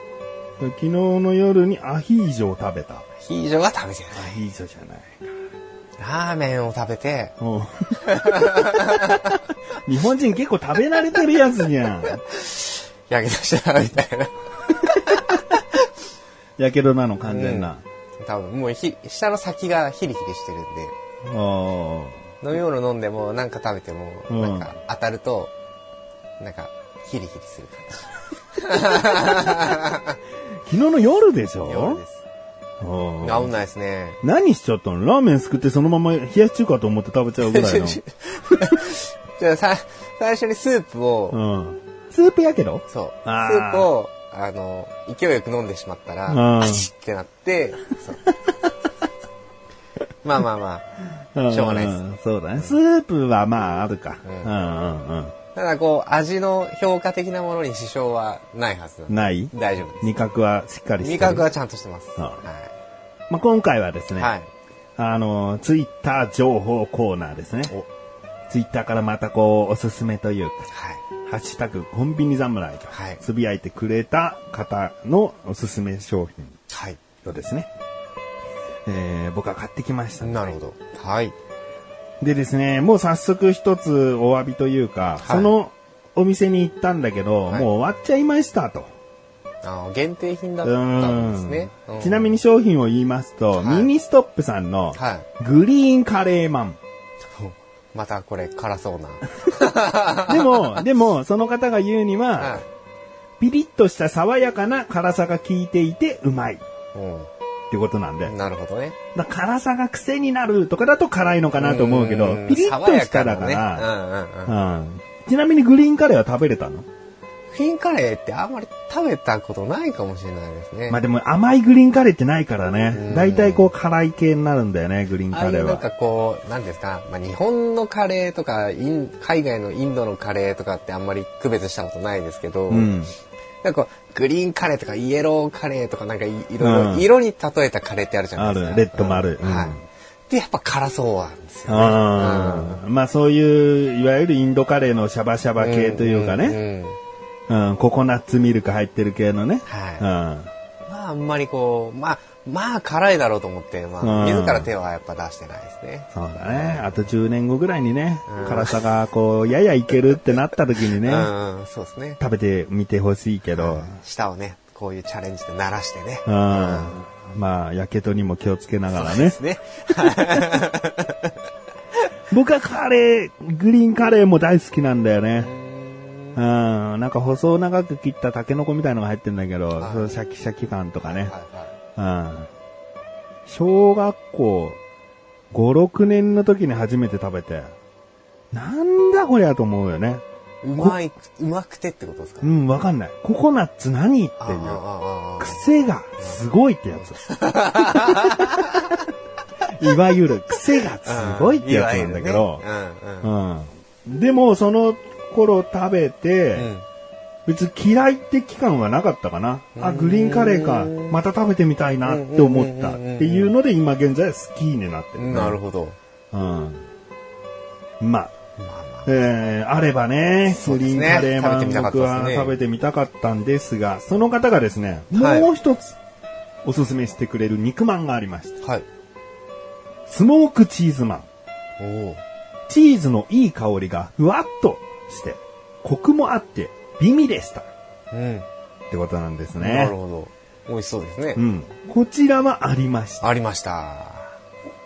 [SPEAKER 1] 昨日の夜にアヒージョを食べた。
[SPEAKER 2] ヒージョは食べてない。
[SPEAKER 1] アヒージョじゃない。
[SPEAKER 2] ラーメンを食べて、
[SPEAKER 1] うん日本人結構食べ慣れてるやつじゃん。
[SPEAKER 2] やけどしたみたいな。
[SPEAKER 1] やけどなの完全な。
[SPEAKER 2] 多分もうひ、下の先がヒリヒリしてるん
[SPEAKER 1] あ
[SPEAKER 2] で、飲み物飲んでも、なんか食べても、
[SPEAKER 1] うん
[SPEAKER 2] なんか当たると、なんか、ヒリヒリする感
[SPEAKER 1] ー昨日の夜でし
[SPEAKER 2] じ。夜
[SPEAKER 1] ょ
[SPEAKER 2] です。
[SPEAKER 1] ううん
[SPEAKER 2] 治んないですね。
[SPEAKER 1] 何しちゃったのラーメンすくってそのまま冷やし中華と思って食べちゃうぐらい の。
[SPEAKER 2] じゃあさ、最初にスープを、
[SPEAKER 1] うん。スープやけど
[SPEAKER 2] そう。ス
[SPEAKER 1] あー
[SPEAKER 2] ープを、あの、勢いよく飲んでしまった
[SPEAKER 1] うん
[SPEAKER 2] ら、パチってなって、 そう。まあまあまあ、しょうがないです。
[SPEAKER 1] す。そうだね。スープはまああるか。うんんうん
[SPEAKER 2] ただこう、味の評価的なものに支障はないはずな
[SPEAKER 1] うんん。
[SPEAKER 2] で
[SPEAKER 1] ない
[SPEAKER 2] 大丈夫です。
[SPEAKER 1] 味覚はしっかりしてる。
[SPEAKER 2] 味覚はちゃんとしてます。
[SPEAKER 1] うん
[SPEAKER 2] は
[SPEAKER 1] まあ今回はです
[SPEAKER 2] い。
[SPEAKER 1] ね、
[SPEAKER 2] はい。
[SPEAKER 1] あの、ツイッター情報コーナーですね。
[SPEAKER 2] お
[SPEAKER 1] ツイッターからまたこう、おすすめというか、
[SPEAKER 2] はい。
[SPEAKER 1] ハッシュタグコンビニ侍と
[SPEAKER 2] はい
[SPEAKER 1] つぶやいてくれた方のおすすめ商品
[SPEAKER 2] はい。
[SPEAKER 1] のですね、えー僕は買ってきました、
[SPEAKER 2] なるほど。はい。
[SPEAKER 1] でですね、もう早速一つお詫びというか、
[SPEAKER 2] はい
[SPEAKER 1] そのお店に行ったんだけど、
[SPEAKER 2] はい
[SPEAKER 1] もう終わっちゃいましたと。
[SPEAKER 2] あー限定品だったんですね。
[SPEAKER 1] う
[SPEAKER 2] うんん
[SPEAKER 1] ちなみに、商品を言いますと、
[SPEAKER 2] はい
[SPEAKER 1] ミニストップさんの
[SPEAKER 2] はい。
[SPEAKER 1] グリーンカレーマン。
[SPEAKER 2] またこれ辛そうな。
[SPEAKER 1] でも、でも、その方が言うには、
[SPEAKER 2] は
[SPEAKER 1] ピリッとした爽やかな辛さが効いていてうまいっ
[SPEAKER 2] い。う
[SPEAKER 1] てことなんで
[SPEAKER 2] ん。。なるほどね。
[SPEAKER 1] だから辛さが癖になるとかだと辛いのかなと思うけど
[SPEAKER 2] ん、
[SPEAKER 1] ピリッとしただか
[SPEAKER 2] 爽や
[SPEAKER 1] ら、
[SPEAKER 2] なねうんうんうん。
[SPEAKER 1] うんちなみにグリーンカレーは食べれたの
[SPEAKER 2] フィンカレーってあんまり食べたことないかもしれないですね。
[SPEAKER 1] まあでも甘いグリーンカレーってないから
[SPEAKER 2] う
[SPEAKER 1] ね。
[SPEAKER 2] ん
[SPEAKER 1] だいたいこう辛い系になるんだよね、グリーン
[SPEAKER 2] ああ
[SPEAKER 1] カ
[SPEAKER 2] い
[SPEAKER 1] レー
[SPEAKER 2] うなん
[SPEAKER 1] は。
[SPEAKER 2] かこう、なんですか、まあ、日本のカレーとかイン、海外のインドのカレーとかってあんまり区別したことないですけど、
[SPEAKER 1] うん。
[SPEAKER 2] なんかこうグリーンカレーとかイエローカレーとかなんかいいろいろ
[SPEAKER 1] うん
[SPEAKER 2] 色に例えたカレーってあるじゃないですか。
[SPEAKER 1] あるレッドもある
[SPEAKER 2] う
[SPEAKER 1] うん
[SPEAKER 2] んはい。で、やっぱ辛そうなんですよね。うん
[SPEAKER 1] あーまあそういう、いわゆるインドカレーのシャバシャバ系というかね。
[SPEAKER 2] んうん
[SPEAKER 1] うん、ココナッツミルク入ってる系のね。
[SPEAKER 2] はい
[SPEAKER 1] うん。
[SPEAKER 2] まああんまりこう、まあ、まあ辛いだろうと思って、ま
[SPEAKER 1] うん
[SPEAKER 2] あ、自ら手はやっぱ出してないですね。
[SPEAKER 1] そうだね。あと10年後ぐらいにね
[SPEAKER 2] う、ん
[SPEAKER 1] 辛さがこう、ややいけるってなった時にね
[SPEAKER 2] う、んうん、そうですね。
[SPEAKER 1] 食べてみてほしいけど、
[SPEAKER 2] 舌をね、こういうチャレンジで鳴らしてね。
[SPEAKER 1] うん。まあ、やけどにも気をつけながらね。
[SPEAKER 2] ね。
[SPEAKER 1] 僕はカレー、グリーンカレーも大好きなんだよね。うん。なんか細長く切ったタケノコみたいのが入ってんだけど、
[SPEAKER 2] はい
[SPEAKER 1] そのシャキシャキ感とかね。
[SPEAKER 2] はい
[SPEAKER 1] う
[SPEAKER 2] はい
[SPEAKER 1] ん。小学校5、6年の時に初めて食べて、なんだこりゃと思うよね。
[SPEAKER 2] うまい、うまくてってことですか
[SPEAKER 1] うん、わかんない。ココナッツ何って
[SPEAKER 2] あ
[SPEAKER 1] い
[SPEAKER 2] ー
[SPEAKER 1] う。
[SPEAKER 2] あーあー
[SPEAKER 1] 癖がすごいってや つ。いわゆる癖がす
[SPEAKER 2] あー
[SPEAKER 1] ごいってやつなんだけど
[SPEAKER 2] い。わゆるねうん
[SPEAKER 1] うん。でも、その頃食べて、
[SPEAKER 2] うん。うん
[SPEAKER 1] 別に嫌いって期間はなかったかな。あ、
[SPEAKER 2] うん
[SPEAKER 1] グリーンカレーか、また食べてみたいなって思ったっていうので、今現在は好きになってる、
[SPEAKER 2] なるほど。
[SPEAKER 1] ど。うん。まあ、
[SPEAKER 2] まあまあ。
[SPEAKER 1] えー、あればね、
[SPEAKER 2] そ
[SPEAKER 1] グ
[SPEAKER 2] うで
[SPEAKER 1] リー
[SPEAKER 2] す
[SPEAKER 1] ン
[SPEAKER 2] ね
[SPEAKER 1] カレーマン
[SPEAKER 2] 食べてみたかった
[SPEAKER 1] 僕
[SPEAKER 2] ですね
[SPEAKER 1] は食べてみたかったんですが、その方がですね、
[SPEAKER 2] はい
[SPEAKER 1] もう一つおすすめしてくれる肉まんがありました。
[SPEAKER 2] はい。
[SPEAKER 1] スモークチーズまん。
[SPEAKER 2] おお。
[SPEAKER 1] チーズのいい香りがふわっとして、コクもあって美味でした。っ
[SPEAKER 2] うん。
[SPEAKER 1] てことなんですね。
[SPEAKER 2] なるほど。美味しそうですね
[SPEAKER 1] う。ん。こちらはありました。
[SPEAKER 2] ありました。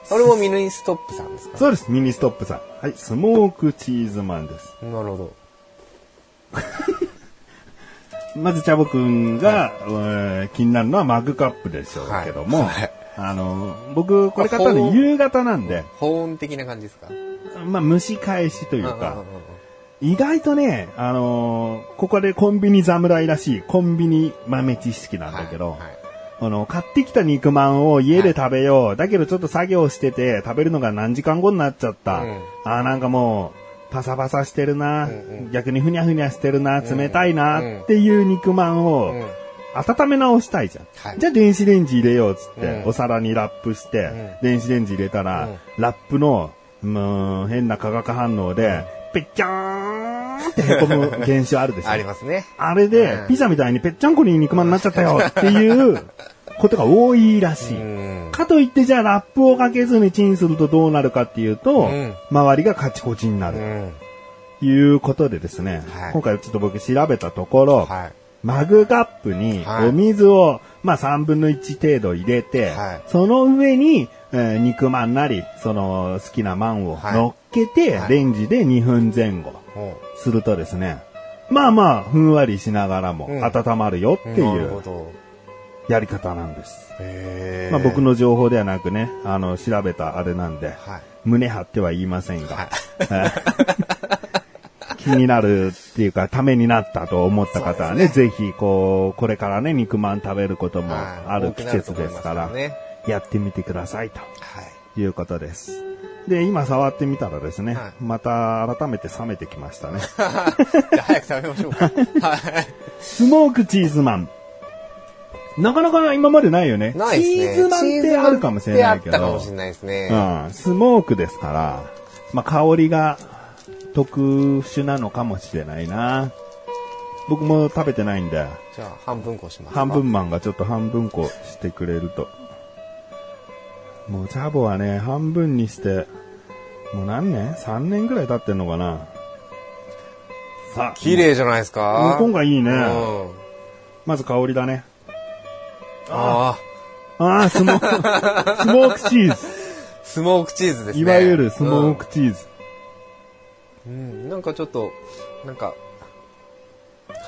[SPEAKER 2] それもミヌイストップさんですか
[SPEAKER 1] そうです、ミニストップさん。はい、スモークチーズまんです。
[SPEAKER 2] なるほど。
[SPEAKER 1] まず、チャボくんが、えー気になるのはマグカップでしょうけども、
[SPEAKER 2] はいはい
[SPEAKER 1] あの、僕、これ買ったの夕方なんで、
[SPEAKER 2] 保温的な感じですかと
[SPEAKER 1] まあ、蒸し返しとい
[SPEAKER 2] いう
[SPEAKER 1] か、意外とね、あのーここでコンビニ侍らしいコンビニ豆知識なんだけど、あの、買ってきた肉まんを家で食べよう。だけどちょっと作業してて、食べるのが何時間後になっちゃった。
[SPEAKER 2] うん
[SPEAKER 1] あーなんかもう、パサパサしてるな、
[SPEAKER 2] うんうん
[SPEAKER 1] 逆にふにゃふにゃしてるな。冷たいな、
[SPEAKER 2] うん
[SPEAKER 1] っていう肉まんを、
[SPEAKER 2] うん
[SPEAKER 1] 温め直したいじゃん。
[SPEAKER 2] はい
[SPEAKER 1] じゃあ電子レンジ入れようっつって、
[SPEAKER 2] うん
[SPEAKER 1] お皿にラップして、
[SPEAKER 2] ん
[SPEAKER 1] 電子レンジ入れたら、
[SPEAKER 2] うん
[SPEAKER 1] ラップの、うーん、変な化学反応で、ぺっちゃーんってへこむ現象あるでしょ。
[SPEAKER 2] ありますね。
[SPEAKER 1] あれで
[SPEAKER 2] う、ん
[SPEAKER 1] ピザみたいにぺっちゃんこに肉まんになっちゃったよっていうことが多いらし
[SPEAKER 2] う
[SPEAKER 1] い。
[SPEAKER 2] ん。
[SPEAKER 1] かといってじゃあラップをかけずにチンするとどうなるかっていうと
[SPEAKER 2] うん、
[SPEAKER 1] 周りがカチコチにな
[SPEAKER 2] う
[SPEAKER 1] る
[SPEAKER 2] ん。
[SPEAKER 1] ということでですね
[SPEAKER 2] は、い
[SPEAKER 1] 今回ちょっと僕調べたところ、
[SPEAKER 2] は
[SPEAKER 1] マグカップに
[SPEAKER 2] はい
[SPEAKER 1] お水をまあ3分の1程度入れて
[SPEAKER 2] はい、
[SPEAKER 1] その上にえー肉まんなり、その好きなまんを乗っけて
[SPEAKER 2] は、い
[SPEAKER 1] レンジで2分前後。
[SPEAKER 2] い。も
[SPEAKER 1] するとですね、まあまあ、ふんわりしながらも
[SPEAKER 2] うん
[SPEAKER 1] 温まるよっ
[SPEAKER 2] う
[SPEAKER 1] てい
[SPEAKER 2] なるほ
[SPEAKER 1] う
[SPEAKER 2] ど。
[SPEAKER 1] やり方なんです。
[SPEAKER 2] へ
[SPEAKER 1] まあ、僕。の情報ではなくね、あの、調べたあれなんで、
[SPEAKER 2] はい
[SPEAKER 1] 胸張っては言いませんが、
[SPEAKER 2] はい。
[SPEAKER 1] 気になるっていうか、ためになったと思った方はね、ぜひ、こう、これからね、肉まん食べることもある季節ですから、
[SPEAKER 2] はい多くなると思いますからね
[SPEAKER 1] やってみてくださいと
[SPEAKER 2] はい。
[SPEAKER 1] いうことです。で、今触ってみたらですね、
[SPEAKER 2] はい
[SPEAKER 1] また改めて冷めてきましたね。
[SPEAKER 2] じゃあ早く食べましょうか。 はい。
[SPEAKER 1] スモークチーズマン。なかなか今までないよね。
[SPEAKER 2] ないです
[SPEAKER 1] チーズ
[SPEAKER 2] ね。
[SPEAKER 1] マンってあるかもしれないけ
[SPEAKER 2] チーズマンってあったかも
[SPEAKER 1] ど
[SPEAKER 2] し。れないですね。
[SPEAKER 1] うん、スモークですから、まあ、香りが特殊なのかもしれないな。僕も食べてないんで、
[SPEAKER 2] じゃあ、半分こしますか。
[SPEAKER 1] 半分マンがちょっと半分こしてくれると。もうジャボはね、半分にして、もう何年 ?3 年ぐらい経ってんのかな。さあ、
[SPEAKER 2] 綺麗じゃないですか。
[SPEAKER 1] うん今回いいね
[SPEAKER 2] うん
[SPEAKER 1] まず香りだね。
[SPEAKER 2] あ
[SPEAKER 1] ああ、スモ ーク、スモークチーズ。
[SPEAKER 2] あ、スモークチーズですね。
[SPEAKER 1] いわゆるスモークチーズ。
[SPEAKER 2] うん。うん、なんかちょっと、なんか、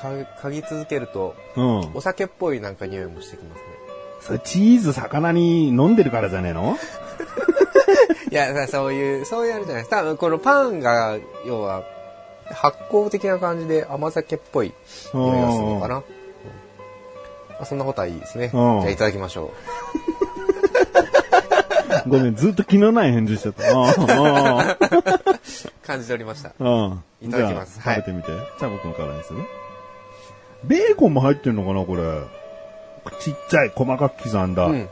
[SPEAKER 2] か嗅ぎ続けると、
[SPEAKER 1] うん。
[SPEAKER 2] お酒っぽいなんか匂いもしてきますね。
[SPEAKER 1] それチーズ魚に飲んでるからじゃねえの
[SPEAKER 2] いや、さそういう、そういうあるじゃないですか。多分このパンが、要は、発酵的な感じで甘酒っぽい匂いがするのかな。うんあそんなことはいいですね。じ
[SPEAKER 1] うん
[SPEAKER 2] ゃあいただきましょ
[SPEAKER 1] ごめん、ずっと気のない返事しちゃ った。う
[SPEAKER 2] う。感じておりました。
[SPEAKER 1] んうんうん
[SPEAKER 2] いただきま
[SPEAKER 1] じ
[SPEAKER 2] す
[SPEAKER 1] ゃあ
[SPEAKER 2] はい
[SPEAKER 1] 食べてみて。じゃあ僕のからにするベーコンも入ってんのかな、これ。ちっちゃい、細かく刻んだ。
[SPEAKER 2] うん。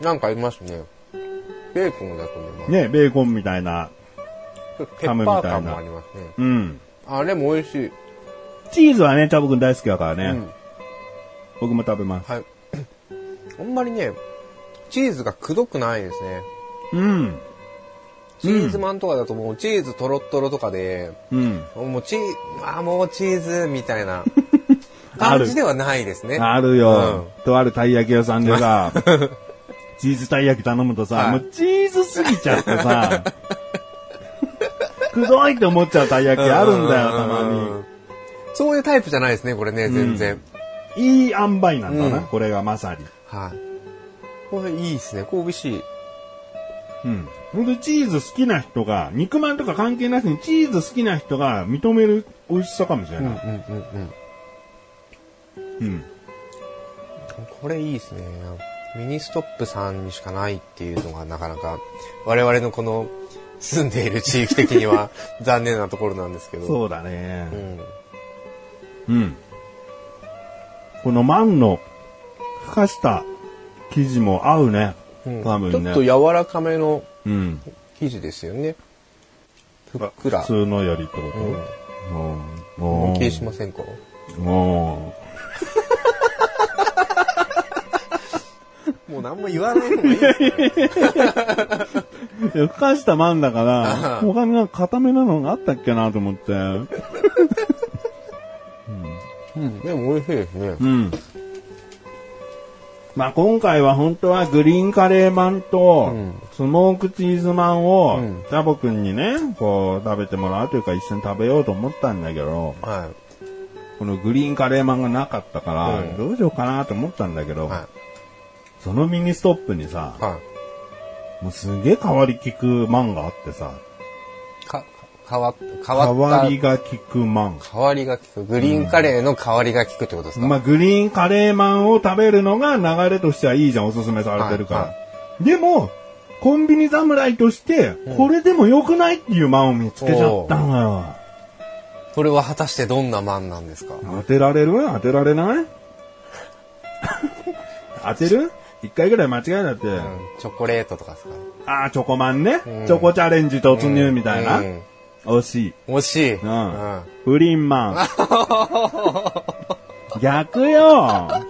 [SPEAKER 2] なんかありますね。ベーコンだと思います。
[SPEAKER 1] ね、ベーコンみたいな。
[SPEAKER 2] ペッパー感もありますね。
[SPEAKER 1] うん。
[SPEAKER 2] あれも美味しい。
[SPEAKER 1] チーズはね、チャボくん大好きだからね。
[SPEAKER 2] うん。
[SPEAKER 1] 僕も食べます。
[SPEAKER 2] はい。あんまりね、チーズがくどくないですね。
[SPEAKER 1] うん。
[SPEAKER 2] チーズマンとかだともうチーズとろっとろとかで、
[SPEAKER 1] うん。
[SPEAKER 2] もうチー、あーもうチーズみたいな
[SPEAKER 1] ある
[SPEAKER 2] 感じではないですね。
[SPEAKER 1] あるよ。とあるたい焼き屋さんで さ、チーズたい焼き頼むとさ、
[SPEAKER 2] はい
[SPEAKER 1] もうチーズすぎちゃって さ、くどいって思っちゃうたい焼きあるんだよ、たま
[SPEAKER 2] に。そういうタイプじゃないですね、これね、全然。
[SPEAKER 1] に。いい塩梅なんだな、
[SPEAKER 2] うん
[SPEAKER 1] これがまさに。
[SPEAKER 2] はい。これいいですね、こう美味しい。
[SPEAKER 1] うん。ほんとチーズ好きな人が、肉まんとか関係なしにチーズ好きな人が認める美味しさかもしれない。
[SPEAKER 2] うんうん
[SPEAKER 1] う
[SPEAKER 2] うん。
[SPEAKER 1] ん。
[SPEAKER 2] これいいですね。ミニストップさんにしかないっていうのがなかなか、我々のこの住んでいる地域的に は残念なところなんですけど。
[SPEAKER 1] そうだ
[SPEAKER 2] う
[SPEAKER 1] ね。
[SPEAKER 2] ん。
[SPEAKER 1] うん。このまんの、ふかした生地も合うね。
[SPEAKER 2] うん
[SPEAKER 1] 多分ね。
[SPEAKER 2] ちょっと柔らかめの
[SPEAKER 1] うん。
[SPEAKER 2] 生地ですよね。ふっくら
[SPEAKER 1] 普。通のよりってこと、
[SPEAKER 2] うん
[SPEAKER 1] うん、
[SPEAKER 2] お気にし
[SPEAKER 1] も
[SPEAKER 2] ませんか
[SPEAKER 1] うも
[SPEAKER 2] もう何も言わない方がいいですね
[SPEAKER 1] ういやふかしたまんだから、
[SPEAKER 2] あ
[SPEAKER 1] 他になんか固めなのがあったっけなと思って。う
[SPEAKER 2] うんでも美味しいですね。
[SPEAKER 1] ん。まあ今回は本当はグリーンカレーまんと、
[SPEAKER 2] うん
[SPEAKER 1] スモークチーズまんを、
[SPEAKER 2] うん
[SPEAKER 1] ジャボくんにね、こう食べてもらうというか一緒に食べようと思ったんだけど、
[SPEAKER 2] は
[SPEAKER 1] このグリーンカレーまんがなかったから、
[SPEAKER 2] うん
[SPEAKER 1] どうしようかなと思ったんだけ
[SPEAKER 2] い。
[SPEAKER 1] ど、
[SPEAKER 2] は
[SPEAKER 1] そのミニストップにさ、
[SPEAKER 2] い。は
[SPEAKER 1] もうすげえ変わりきくマンがあってさ、
[SPEAKER 2] い。か、変わ、変わった。
[SPEAKER 1] 変わりがきくマン。
[SPEAKER 2] 変わりが効く。グリーンカレーの変わりが効くってことですか、
[SPEAKER 1] まあ、グリーンカレーマンを食べるのが流れとしてはいいじゃん、おすすめされてるから。
[SPEAKER 2] はいは
[SPEAKER 1] でも、コンビニ侍として、これでも良くないっていうマンを見つけちゃったのよ。
[SPEAKER 2] これは果たしてどんなマンなんですか
[SPEAKER 1] 当てられる当てられない 当てる一回ぐらい間違いだって。
[SPEAKER 2] うんチョコレートとかですか
[SPEAKER 1] ああ、チョコマンね、
[SPEAKER 2] うん
[SPEAKER 1] チョコチャレンジ突入みたいな。
[SPEAKER 2] うん
[SPEAKER 1] 惜しい。
[SPEAKER 2] 惜しい。
[SPEAKER 1] うん不倫マ ン。逆よ
[SPEAKER 2] 好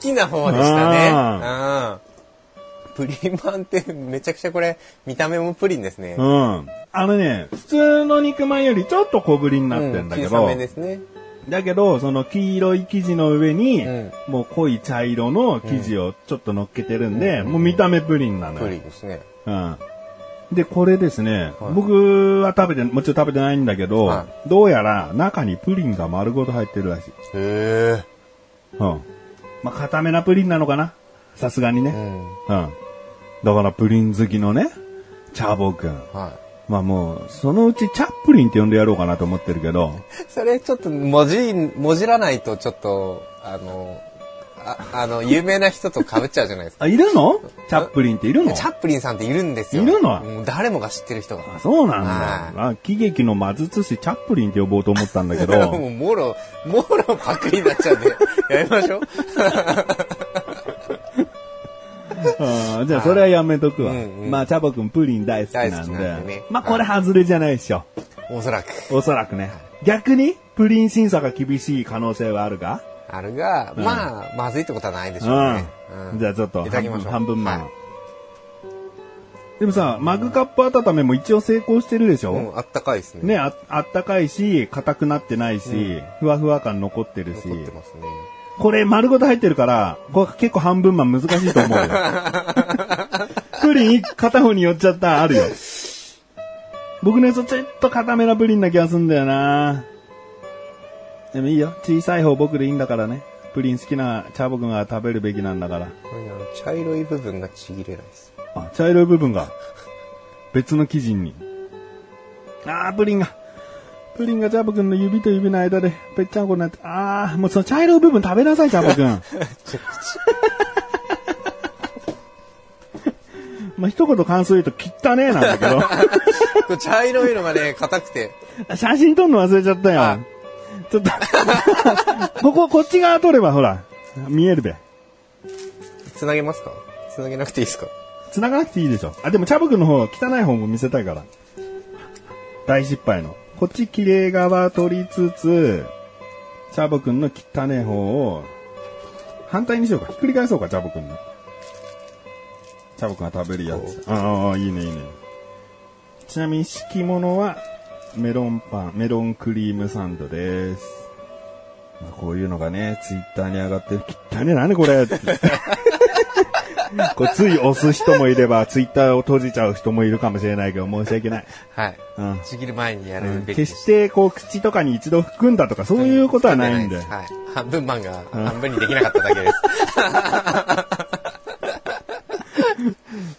[SPEAKER 2] きな方でしたね。
[SPEAKER 1] あ
[SPEAKER 2] うんプリンマンってめちゃくちゃこれ、見た目もプリンですね。
[SPEAKER 1] うん。あのね、普通の肉まんよりちょっと小ぶりになってんだけ
[SPEAKER 2] うん小
[SPEAKER 1] ど、
[SPEAKER 2] さめですね。
[SPEAKER 1] だけど、その黄色い生地の上に、
[SPEAKER 2] うん
[SPEAKER 1] もう濃い茶色の生地をちょっと乗っけてるんで、もう見た目プリンなの
[SPEAKER 2] プリ
[SPEAKER 1] よ。
[SPEAKER 2] ンですね。
[SPEAKER 1] うん。で、これですね、
[SPEAKER 2] はい
[SPEAKER 1] 僕は食べて、もちろん食べてないんだけど、
[SPEAKER 2] は
[SPEAKER 1] どうやら中にプリンが丸ごと入ってるらしい。
[SPEAKER 2] へえ。
[SPEAKER 1] うん。まあ、固めなプリンなのかなさすがにね。
[SPEAKER 2] うん。
[SPEAKER 1] うん。だからプリン好きのね、チャーボー君。
[SPEAKER 2] は
[SPEAKER 1] まあもう、そのうちチャップリンって呼んでやろうかなと思ってるけど、
[SPEAKER 2] い。それちょっと文字、文字らないとちょっと、あの、ああの、有名な人と被っちゃうじゃないですか。
[SPEAKER 1] あ、いるのチャップリンっているの
[SPEAKER 2] チャップリンさんっているんですよ。
[SPEAKER 1] いるの
[SPEAKER 2] もう誰もが知ってる人が。
[SPEAKER 1] あ、そうなんだ。あ、喜劇の魔術師チャップリンって呼ぼうと思ったんだけど、
[SPEAKER 2] も う、もろ、もろパクリになっちゃうんで、やめましょう。
[SPEAKER 1] あーじゃあそれはやめとくわ。
[SPEAKER 2] うんうん
[SPEAKER 1] まあ、チャボくんプリン大好きな
[SPEAKER 2] 大好
[SPEAKER 1] ん
[SPEAKER 2] き
[SPEAKER 1] で。
[SPEAKER 2] なんでね
[SPEAKER 1] まあ、これ外れじゃないでしょ。
[SPEAKER 2] おそらく。
[SPEAKER 1] おそらくね。逆に、プリン審査が厳しい可能性はあるか
[SPEAKER 2] あるが、まあ、まずいってことはないでしょうね。
[SPEAKER 1] うん。じゃあちょっと
[SPEAKER 2] い
[SPEAKER 1] 半
[SPEAKER 2] ただきま
[SPEAKER 1] 分、
[SPEAKER 2] しょう。
[SPEAKER 1] 半分前。
[SPEAKER 2] はい
[SPEAKER 1] でもさ、マグカップ温めも一応成功してるでしょ、
[SPEAKER 2] うん、あったかいですね。
[SPEAKER 1] ねあ、あったかいし、硬くなってないし、ふわふわ感残ってるし。
[SPEAKER 2] 残ってますね。
[SPEAKER 1] これ丸ごと入ってるから、これ結構半分マン難しいと思う よ。プリン片方に寄っちゃった、あるよ。僕のやつちょっと固めなプリンな気がすんだよなでもいいよ。小さい方僕でいいんだからね。プリン好きなチャボくんが食べるべきなんだから。
[SPEAKER 2] これねあの茶色い部分がちぎれないです。
[SPEAKER 1] あ、茶色い部分が、別の生地に。あー、プリンが。プリンがチャボくんの指と指の間で、ぺっちゃんこになって、あー、もうその茶色い部分食べなさい、チャボくん。まあ、一言感想言うと、汚ねえなんだけど。
[SPEAKER 2] これ茶色いのがね、硬くて。
[SPEAKER 1] 写真撮るの忘れちゃった
[SPEAKER 2] あ
[SPEAKER 1] よ。ちょっと、ここ、こっち側撮ればほら、見えるで。
[SPEAKER 2] つなげますかつなげなくていいですか
[SPEAKER 1] 繋がなくていいでしょ。あ、でもチャブくんの方、汚い方も見せたいから。大失敗の。こっち綺麗側撮りつつ、チャブくんの汚い方を、反対にしようか。ひっくり返そうか、チャブくんの。チャブくんが食べるやつ。ああ、いいね、いいね。ちなみに敷物は、メロンパン、メロンクリームサンドです。まあ、こういうのがね、ツイッターに上がって、汚ね、何これってこれつい押す人もいれば、ツイッターを閉じちゃう人もいるかもしれないけど、申し訳ない。
[SPEAKER 2] はい。
[SPEAKER 1] うん
[SPEAKER 2] ちぎる前にやるべきで
[SPEAKER 1] 決
[SPEAKER 2] す。
[SPEAKER 1] して、こう、口とかに一度含んだとか、そういうことはないんで。
[SPEAKER 2] はい。半分漫画、半分にできなかっただけです。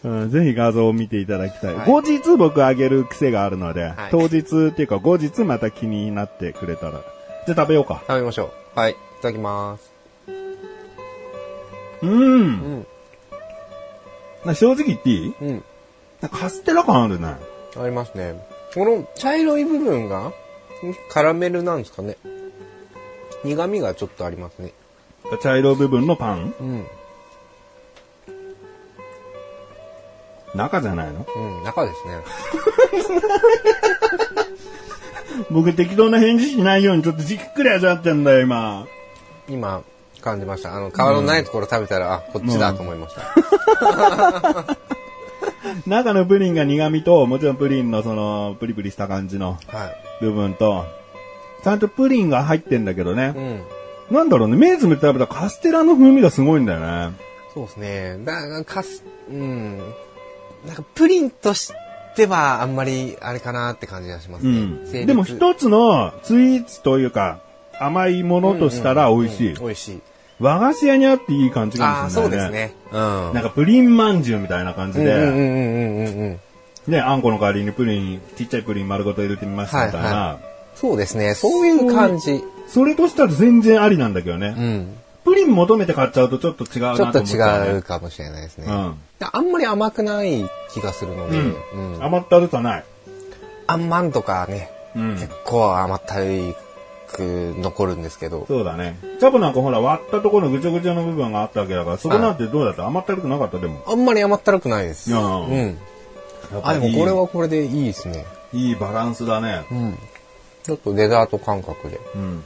[SPEAKER 1] うん、ぜひ画像を見ていただきたい。
[SPEAKER 2] はい
[SPEAKER 1] 後日僕あげる癖があるので、
[SPEAKER 2] はい
[SPEAKER 1] 当日っていうか後日また気になってくれたら。じゃあ食べようか。
[SPEAKER 2] 食べましょう。はい。いただきます。
[SPEAKER 1] うん。
[SPEAKER 2] ん
[SPEAKER 1] な正直言っていい
[SPEAKER 2] うん。
[SPEAKER 1] なんかカステラ感あるね。
[SPEAKER 2] ありますね。この茶色い部分が、カラメルなんですかね。苦味がちょっとありますね。
[SPEAKER 1] 茶色部分のパン
[SPEAKER 2] うん。
[SPEAKER 1] 中じゃないの
[SPEAKER 2] うん、中ですね。
[SPEAKER 1] 僕適当な返事しないようにちょっとじっくり味わってんだよ、今。
[SPEAKER 2] 今、感じました。あの、皮のないところ食べたら、あ、こっちだと思いました。
[SPEAKER 1] 中のプリンが苦味と、もちろんプリンのその、プリプリした感じの
[SPEAKER 2] はい。
[SPEAKER 1] 部分と、ちゃんとプリンが入ってんだけど
[SPEAKER 2] う
[SPEAKER 1] ね。
[SPEAKER 2] ん。
[SPEAKER 1] なんだろうね、目つぶって食べたカステラの風味がすごいんだよね。
[SPEAKER 2] そうですね。だから、かす、うん。なんか、プリンとしては、あんまり、あれかなって感じがします
[SPEAKER 1] う
[SPEAKER 2] ね。
[SPEAKER 1] ん。
[SPEAKER 2] 成立
[SPEAKER 1] でも一つのスイーツというか、甘いものとしたら美味しい。
[SPEAKER 2] 美味しい。
[SPEAKER 1] 和菓子屋にあっていい感じ
[SPEAKER 2] あ
[SPEAKER 1] か
[SPEAKER 2] あ、
[SPEAKER 1] もし
[SPEAKER 2] そ
[SPEAKER 1] れ
[SPEAKER 2] う
[SPEAKER 1] な
[SPEAKER 2] で
[SPEAKER 1] いね。
[SPEAKER 2] す。ね。うん。
[SPEAKER 1] なんかプリンまんじゅうみたいな感じ
[SPEAKER 2] うん
[SPEAKER 1] で、
[SPEAKER 2] うんうんうんうんうん。
[SPEAKER 1] ね、あんこの代わりにプリン、ちっちゃいプリン丸ごと入れてみましたみたいな。
[SPEAKER 2] はいはそうですね。そういう感じ。
[SPEAKER 1] それとしたら全然ありなんだけどね。
[SPEAKER 2] うん。
[SPEAKER 1] プリン求めて買っちゃうとちょっと違うな
[SPEAKER 2] ち
[SPEAKER 1] と
[SPEAKER 2] ょ
[SPEAKER 1] 思っ
[SPEAKER 2] っと
[SPEAKER 1] ちゃう
[SPEAKER 2] 違
[SPEAKER 1] ね
[SPEAKER 2] うかもしれないですね。
[SPEAKER 1] うん
[SPEAKER 2] あんまり甘くない気がするので、うん
[SPEAKER 1] うん。余ったるさない。
[SPEAKER 2] あんまんとかね、
[SPEAKER 1] うん
[SPEAKER 2] 結構甘ったるく残るんですけど、
[SPEAKER 1] そうだね。チャボなんかほら割ったところのぐちょぐちょの部分があったわけだから、そこなんてどうだった甘ったるくなかったでも。
[SPEAKER 2] あんまり甘ったるくないです。
[SPEAKER 1] あ
[SPEAKER 2] う
[SPEAKER 1] あ
[SPEAKER 2] ん。
[SPEAKER 1] やっぱ
[SPEAKER 2] あ、
[SPEAKER 1] い
[SPEAKER 2] で
[SPEAKER 1] い
[SPEAKER 2] もこれはこれでいいですね。
[SPEAKER 1] いいバランスだね。
[SPEAKER 2] うん。ちょっとデザート感覚で。
[SPEAKER 1] うん。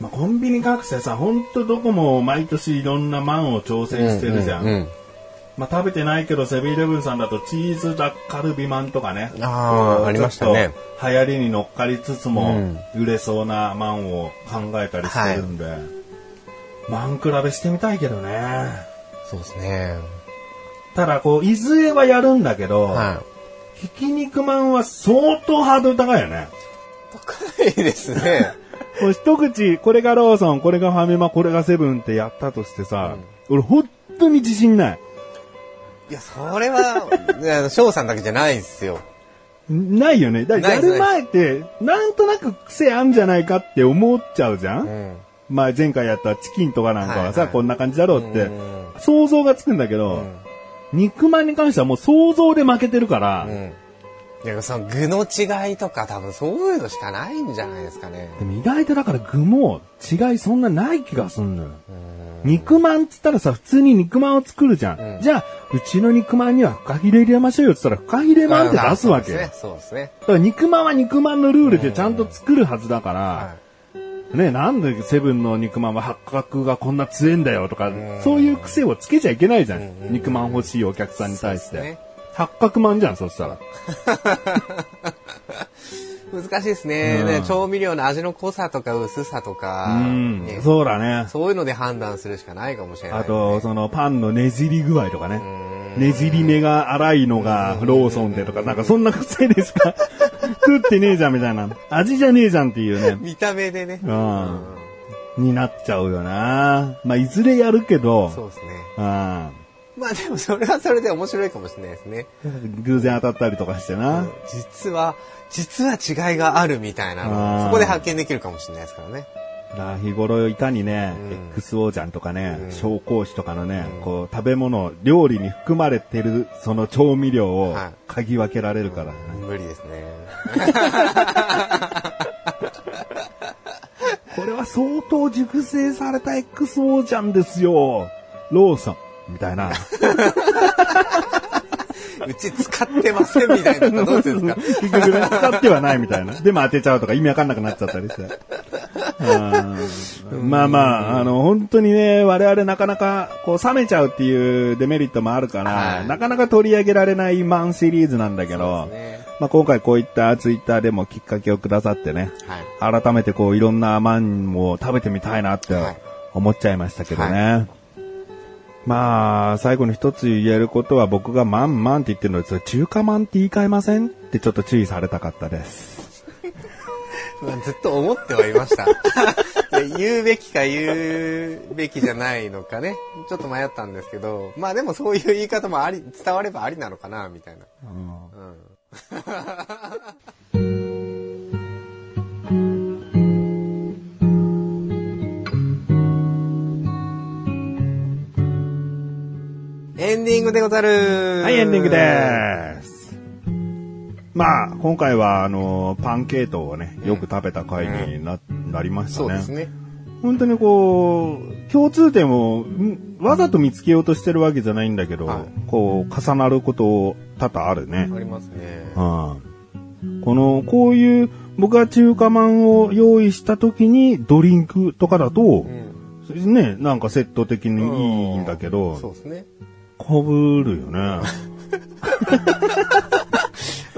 [SPEAKER 1] まあ、コンビニ各社さ、ほんとどこも毎年いろんなマンを挑戦してるじゃん。
[SPEAKER 2] うんうん
[SPEAKER 1] まあ、食べてないけどセブンイレブンさんだとチーズダッカルビマンとかね。
[SPEAKER 2] ああ、ありましたね。。
[SPEAKER 1] 流行りに乗っかりつつも、売れそうなマンを考えたりしてるんで、マン比べしてみたいけどね。
[SPEAKER 2] そうですね。
[SPEAKER 1] ただ、こう、いずれはやるんだけど、
[SPEAKER 2] はい。
[SPEAKER 1] ひき肉まんは相当ハードル高いよね。
[SPEAKER 2] 高いですね。
[SPEAKER 1] もう一口、これがローソン、これがファミマ、これがセブンってやったとしてさ、俺本当に自信ない。
[SPEAKER 2] いや、それは、あの翔さんだけじゃないですよ。
[SPEAKER 1] ないよね。だからや
[SPEAKER 2] ないです
[SPEAKER 1] る前って、なんとなく癖あんじゃないかって思っちゃうじゃ、
[SPEAKER 2] うんん。
[SPEAKER 1] まあ前回やったチキンとかなんかはさ、
[SPEAKER 2] はいはい
[SPEAKER 1] こんな感じだろうって
[SPEAKER 2] うん、
[SPEAKER 1] 想像がつくんだけど、肉まんに関してはもう想像で負けてるから、
[SPEAKER 2] うん。いや、その具の違いとか多分そういうのしかないんじゃないですかね。
[SPEAKER 1] でも意外とだから具も違いそんなない気がすんのよ。肉まんっつったらさ、普通に肉まんを作るじゃん。
[SPEAKER 2] うん
[SPEAKER 1] じゃあ、うちの肉まんにはフカヒレ入れましょうよっつったらフカヒレまんって出すわけよ。
[SPEAKER 2] まあ
[SPEAKER 1] だ
[SPEAKER 2] そうですね。
[SPEAKER 1] から肉まんは肉まんのルールでちゃんと作るはずだから、
[SPEAKER 2] そうですね
[SPEAKER 1] ね、なんでセブンの肉まんは八角がこんな強いんだよとか、そういう癖をつけちゃいけないじゃん。肉まん欲しいお客さんに対し
[SPEAKER 2] そうで
[SPEAKER 1] て。八角まんじゃん、そしたら。
[SPEAKER 2] はい。難しいですね,、
[SPEAKER 1] うん
[SPEAKER 2] ね。調味料の味の濃さとか薄さとか、
[SPEAKER 1] うん
[SPEAKER 2] ね、
[SPEAKER 1] そうだね。
[SPEAKER 2] そういうので判断するしかないかもしれない、
[SPEAKER 1] あと、そのパンのねじり具合とかね
[SPEAKER 2] う。
[SPEAKER 1] ねじり目が荒いのがローソンでとか、なんかそんな癖でしか 食ってねえじゃんみたいな。味じゃねえじゃんっていうね。
[SPEAKER 2] 見た目でね。
[SPEAKER 1] うん。になっちゃうよな。まあ、いずれやるけ
[SPEAKER 2] そう
[SPEAKER 1] ど、
[SPEAKER 2] ですね。
[SPEAKER 1] うん。
[SPEAKER 2] まあでもそれはそれで面白いかもしれないですね。
[SPEAKER 1] 偶然当たったりとかしてな。
[SPEAKER 2] 実は、実は違いがあるみたいな
[SPEAKER 1] あー
[SPEAKER 2] のそこで発見できるかもしれないですからね。
[SPEAKER 1] だから日頃いかにね、
[SPEAKER 2] うん
[SPEAKER 1] XO じゃんとかね、
[SPEAKER 2] うん
[SPEAKER 1] 紹興酒とかのね、
[SPEAKER 2] うん
[SPEAKER 1] こう食べ物、料理に含まれてるその調味料を
[SPEAKER 2] はい
[SPEAKER 1] 嗅ぎ分けられるから、
[SPEAKER 2] 無理ですね。
[SPEAKER 1] これは相当熟成された XO じゃんですよ。ローソン。みたいな。
[SPEAKER 2] うち使ってませんみたいなのどうするんですか
[SPEAKER 1] 結局ね、使ってはないみたいな。でも当てちゃうとか意味わかんなくなっちゃったり して。うんまあまあ、あの、本当にね、我々なかなか、こう、冷めちゃうっていうデメリットもあるから、
[SPEAKER 2] はい
[SPEAKER 1] なかなか取り上げられないマンシリーズなんだけ
[SPEAKER 2] そ
[SPEAKER 1] ど、
[SPEAKER 2] うですね
[SPEAKER 1] まあ今回こういったツイッターでもきっかけをくださってね、
[SPEAKER 2] はい。
[SPEAKER 1] 改めてこう、いろんなマンを食べてみたいなって
[SPEAKER 2] はい
[SPEAKER 1] 思っちゃいましたけどね。まあ、最後に一つ言えることは僕がマンマンって言ってるので、それ中華マンって言い換えませんってちょっと注意されたかったです。
[SPEAKER 2] まあずっと思っては いました。で言うべきか言うべきじゃないのかね。ちょっと迷ったんですけど、まあでもそういう言い方もあり、伝わればありなのかな、みたいな。うん。エンディングでござる
[SPEAKER 1] はい、エンディングです。まあ、今回は、あの、パン系統をね、よく食べた回にな、なりました
[SPEAKER 2] そうですね。
[SPEAKER 1] 本当にこう、共通点をんわざと見つけようとしてるわけじゃないんだけど、
[SPEAKER 2] はい
[SPEAKER 1] こう、重なることを多々あるね。
[SPEAKER 2] ありますね。
[SPEAKER 1] うんこの、こういう、僕が中華まんを用意した時にドリンクとかだと
[SPEAKER 2] う、ん。
[SPEAKER 1] ね、なんかセット的にいいんだけ
[SPEAKER 2] そう
[SPEAKER 1] ど、
[SPEAKER 2] ですね。
[SPEAKER 1] かぶる よね。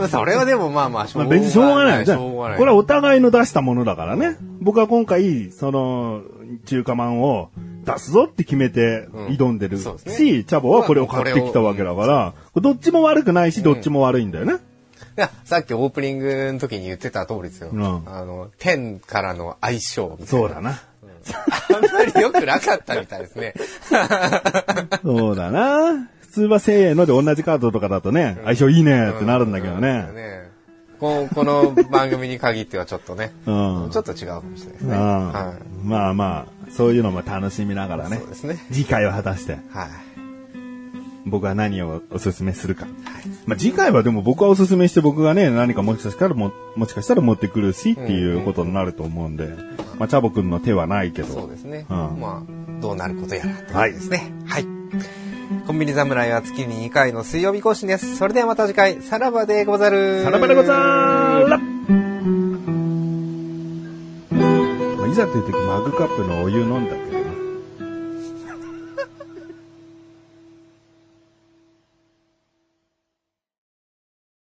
[SPEAKER 2] それはでもまあまあ、し
[SPEAKER 1] まあ別にしょうがない。
[SPEAKER 2] し
[SPEAKER 1] じゃあ
[SPEAKER 2] ょうがない。
[SPEAKER 1] これはお互いの出したものだからね。僕は今回、その、中華まんを出すぞって決めて
[SPEAKER 2] うん
[SPEAKER 1] 挑んでるし、
[SPEAKER 2] そうですね
[SPEAKER 1] チャボはこれを買ってきたわけだから、どっちも悪くないし、どっちも悪いんだよね。
[SPEAKER 2] いや、さっきオープニングの時に言ってた通りですよ。
[SPEAKER 1] うん
[SPEAKER 2] あの、天からの相性みたいな。
[SPEAKER 1] そうだな。
[SPEAKER 2] あんまり良くなかったみたいで すね。
[SPEAKER 1] そうだな。普通はせーので同じカードとかだとね、相性いいねってなるんだけど
[SPEAKER 2] うん
[SPEAKER 1] ね。
[SPEAKER 2] ここの番組に限ってはちょっとね、
[SPEAKER 1] うん
[SPEAKER 2] ちょっと違うかもしれないです
[SPEAKER 1] うん
[SPEAKER 2] ね。は
[SPEAKER 1] まあまあ、そういうのも楽しみながら
[SPEAKER 2] い。
[SPEAKER 1] ね
[SPEAKER 2] そう、ですね。
[SPEAKER 1] 次回は果たして
[SPEAKER 2] はい。
[SPEAKER 1] 僕は何をおすすめするか。まあ、次回はでも僕はおすすめして僕がね、何かもしかしたらも、もしかしたら持ってくるしっていうことになると思うんで、まあ、チャボくんの手はないけ
[SPEAKER 2] そう
[SPEAKER 1] ど
[SPEAKER 2] で、すね。
[SPEAKER 1] うん
[SPEAKER 2] まあ、どうなることやらって感じですね。はい。コンビニ侍は月に2回の水曜日更新です。それではまた次回、さらばでござる。
[SPEAKER 1] さらばでござーらまあいざという時マグカップのお湯飲んだけど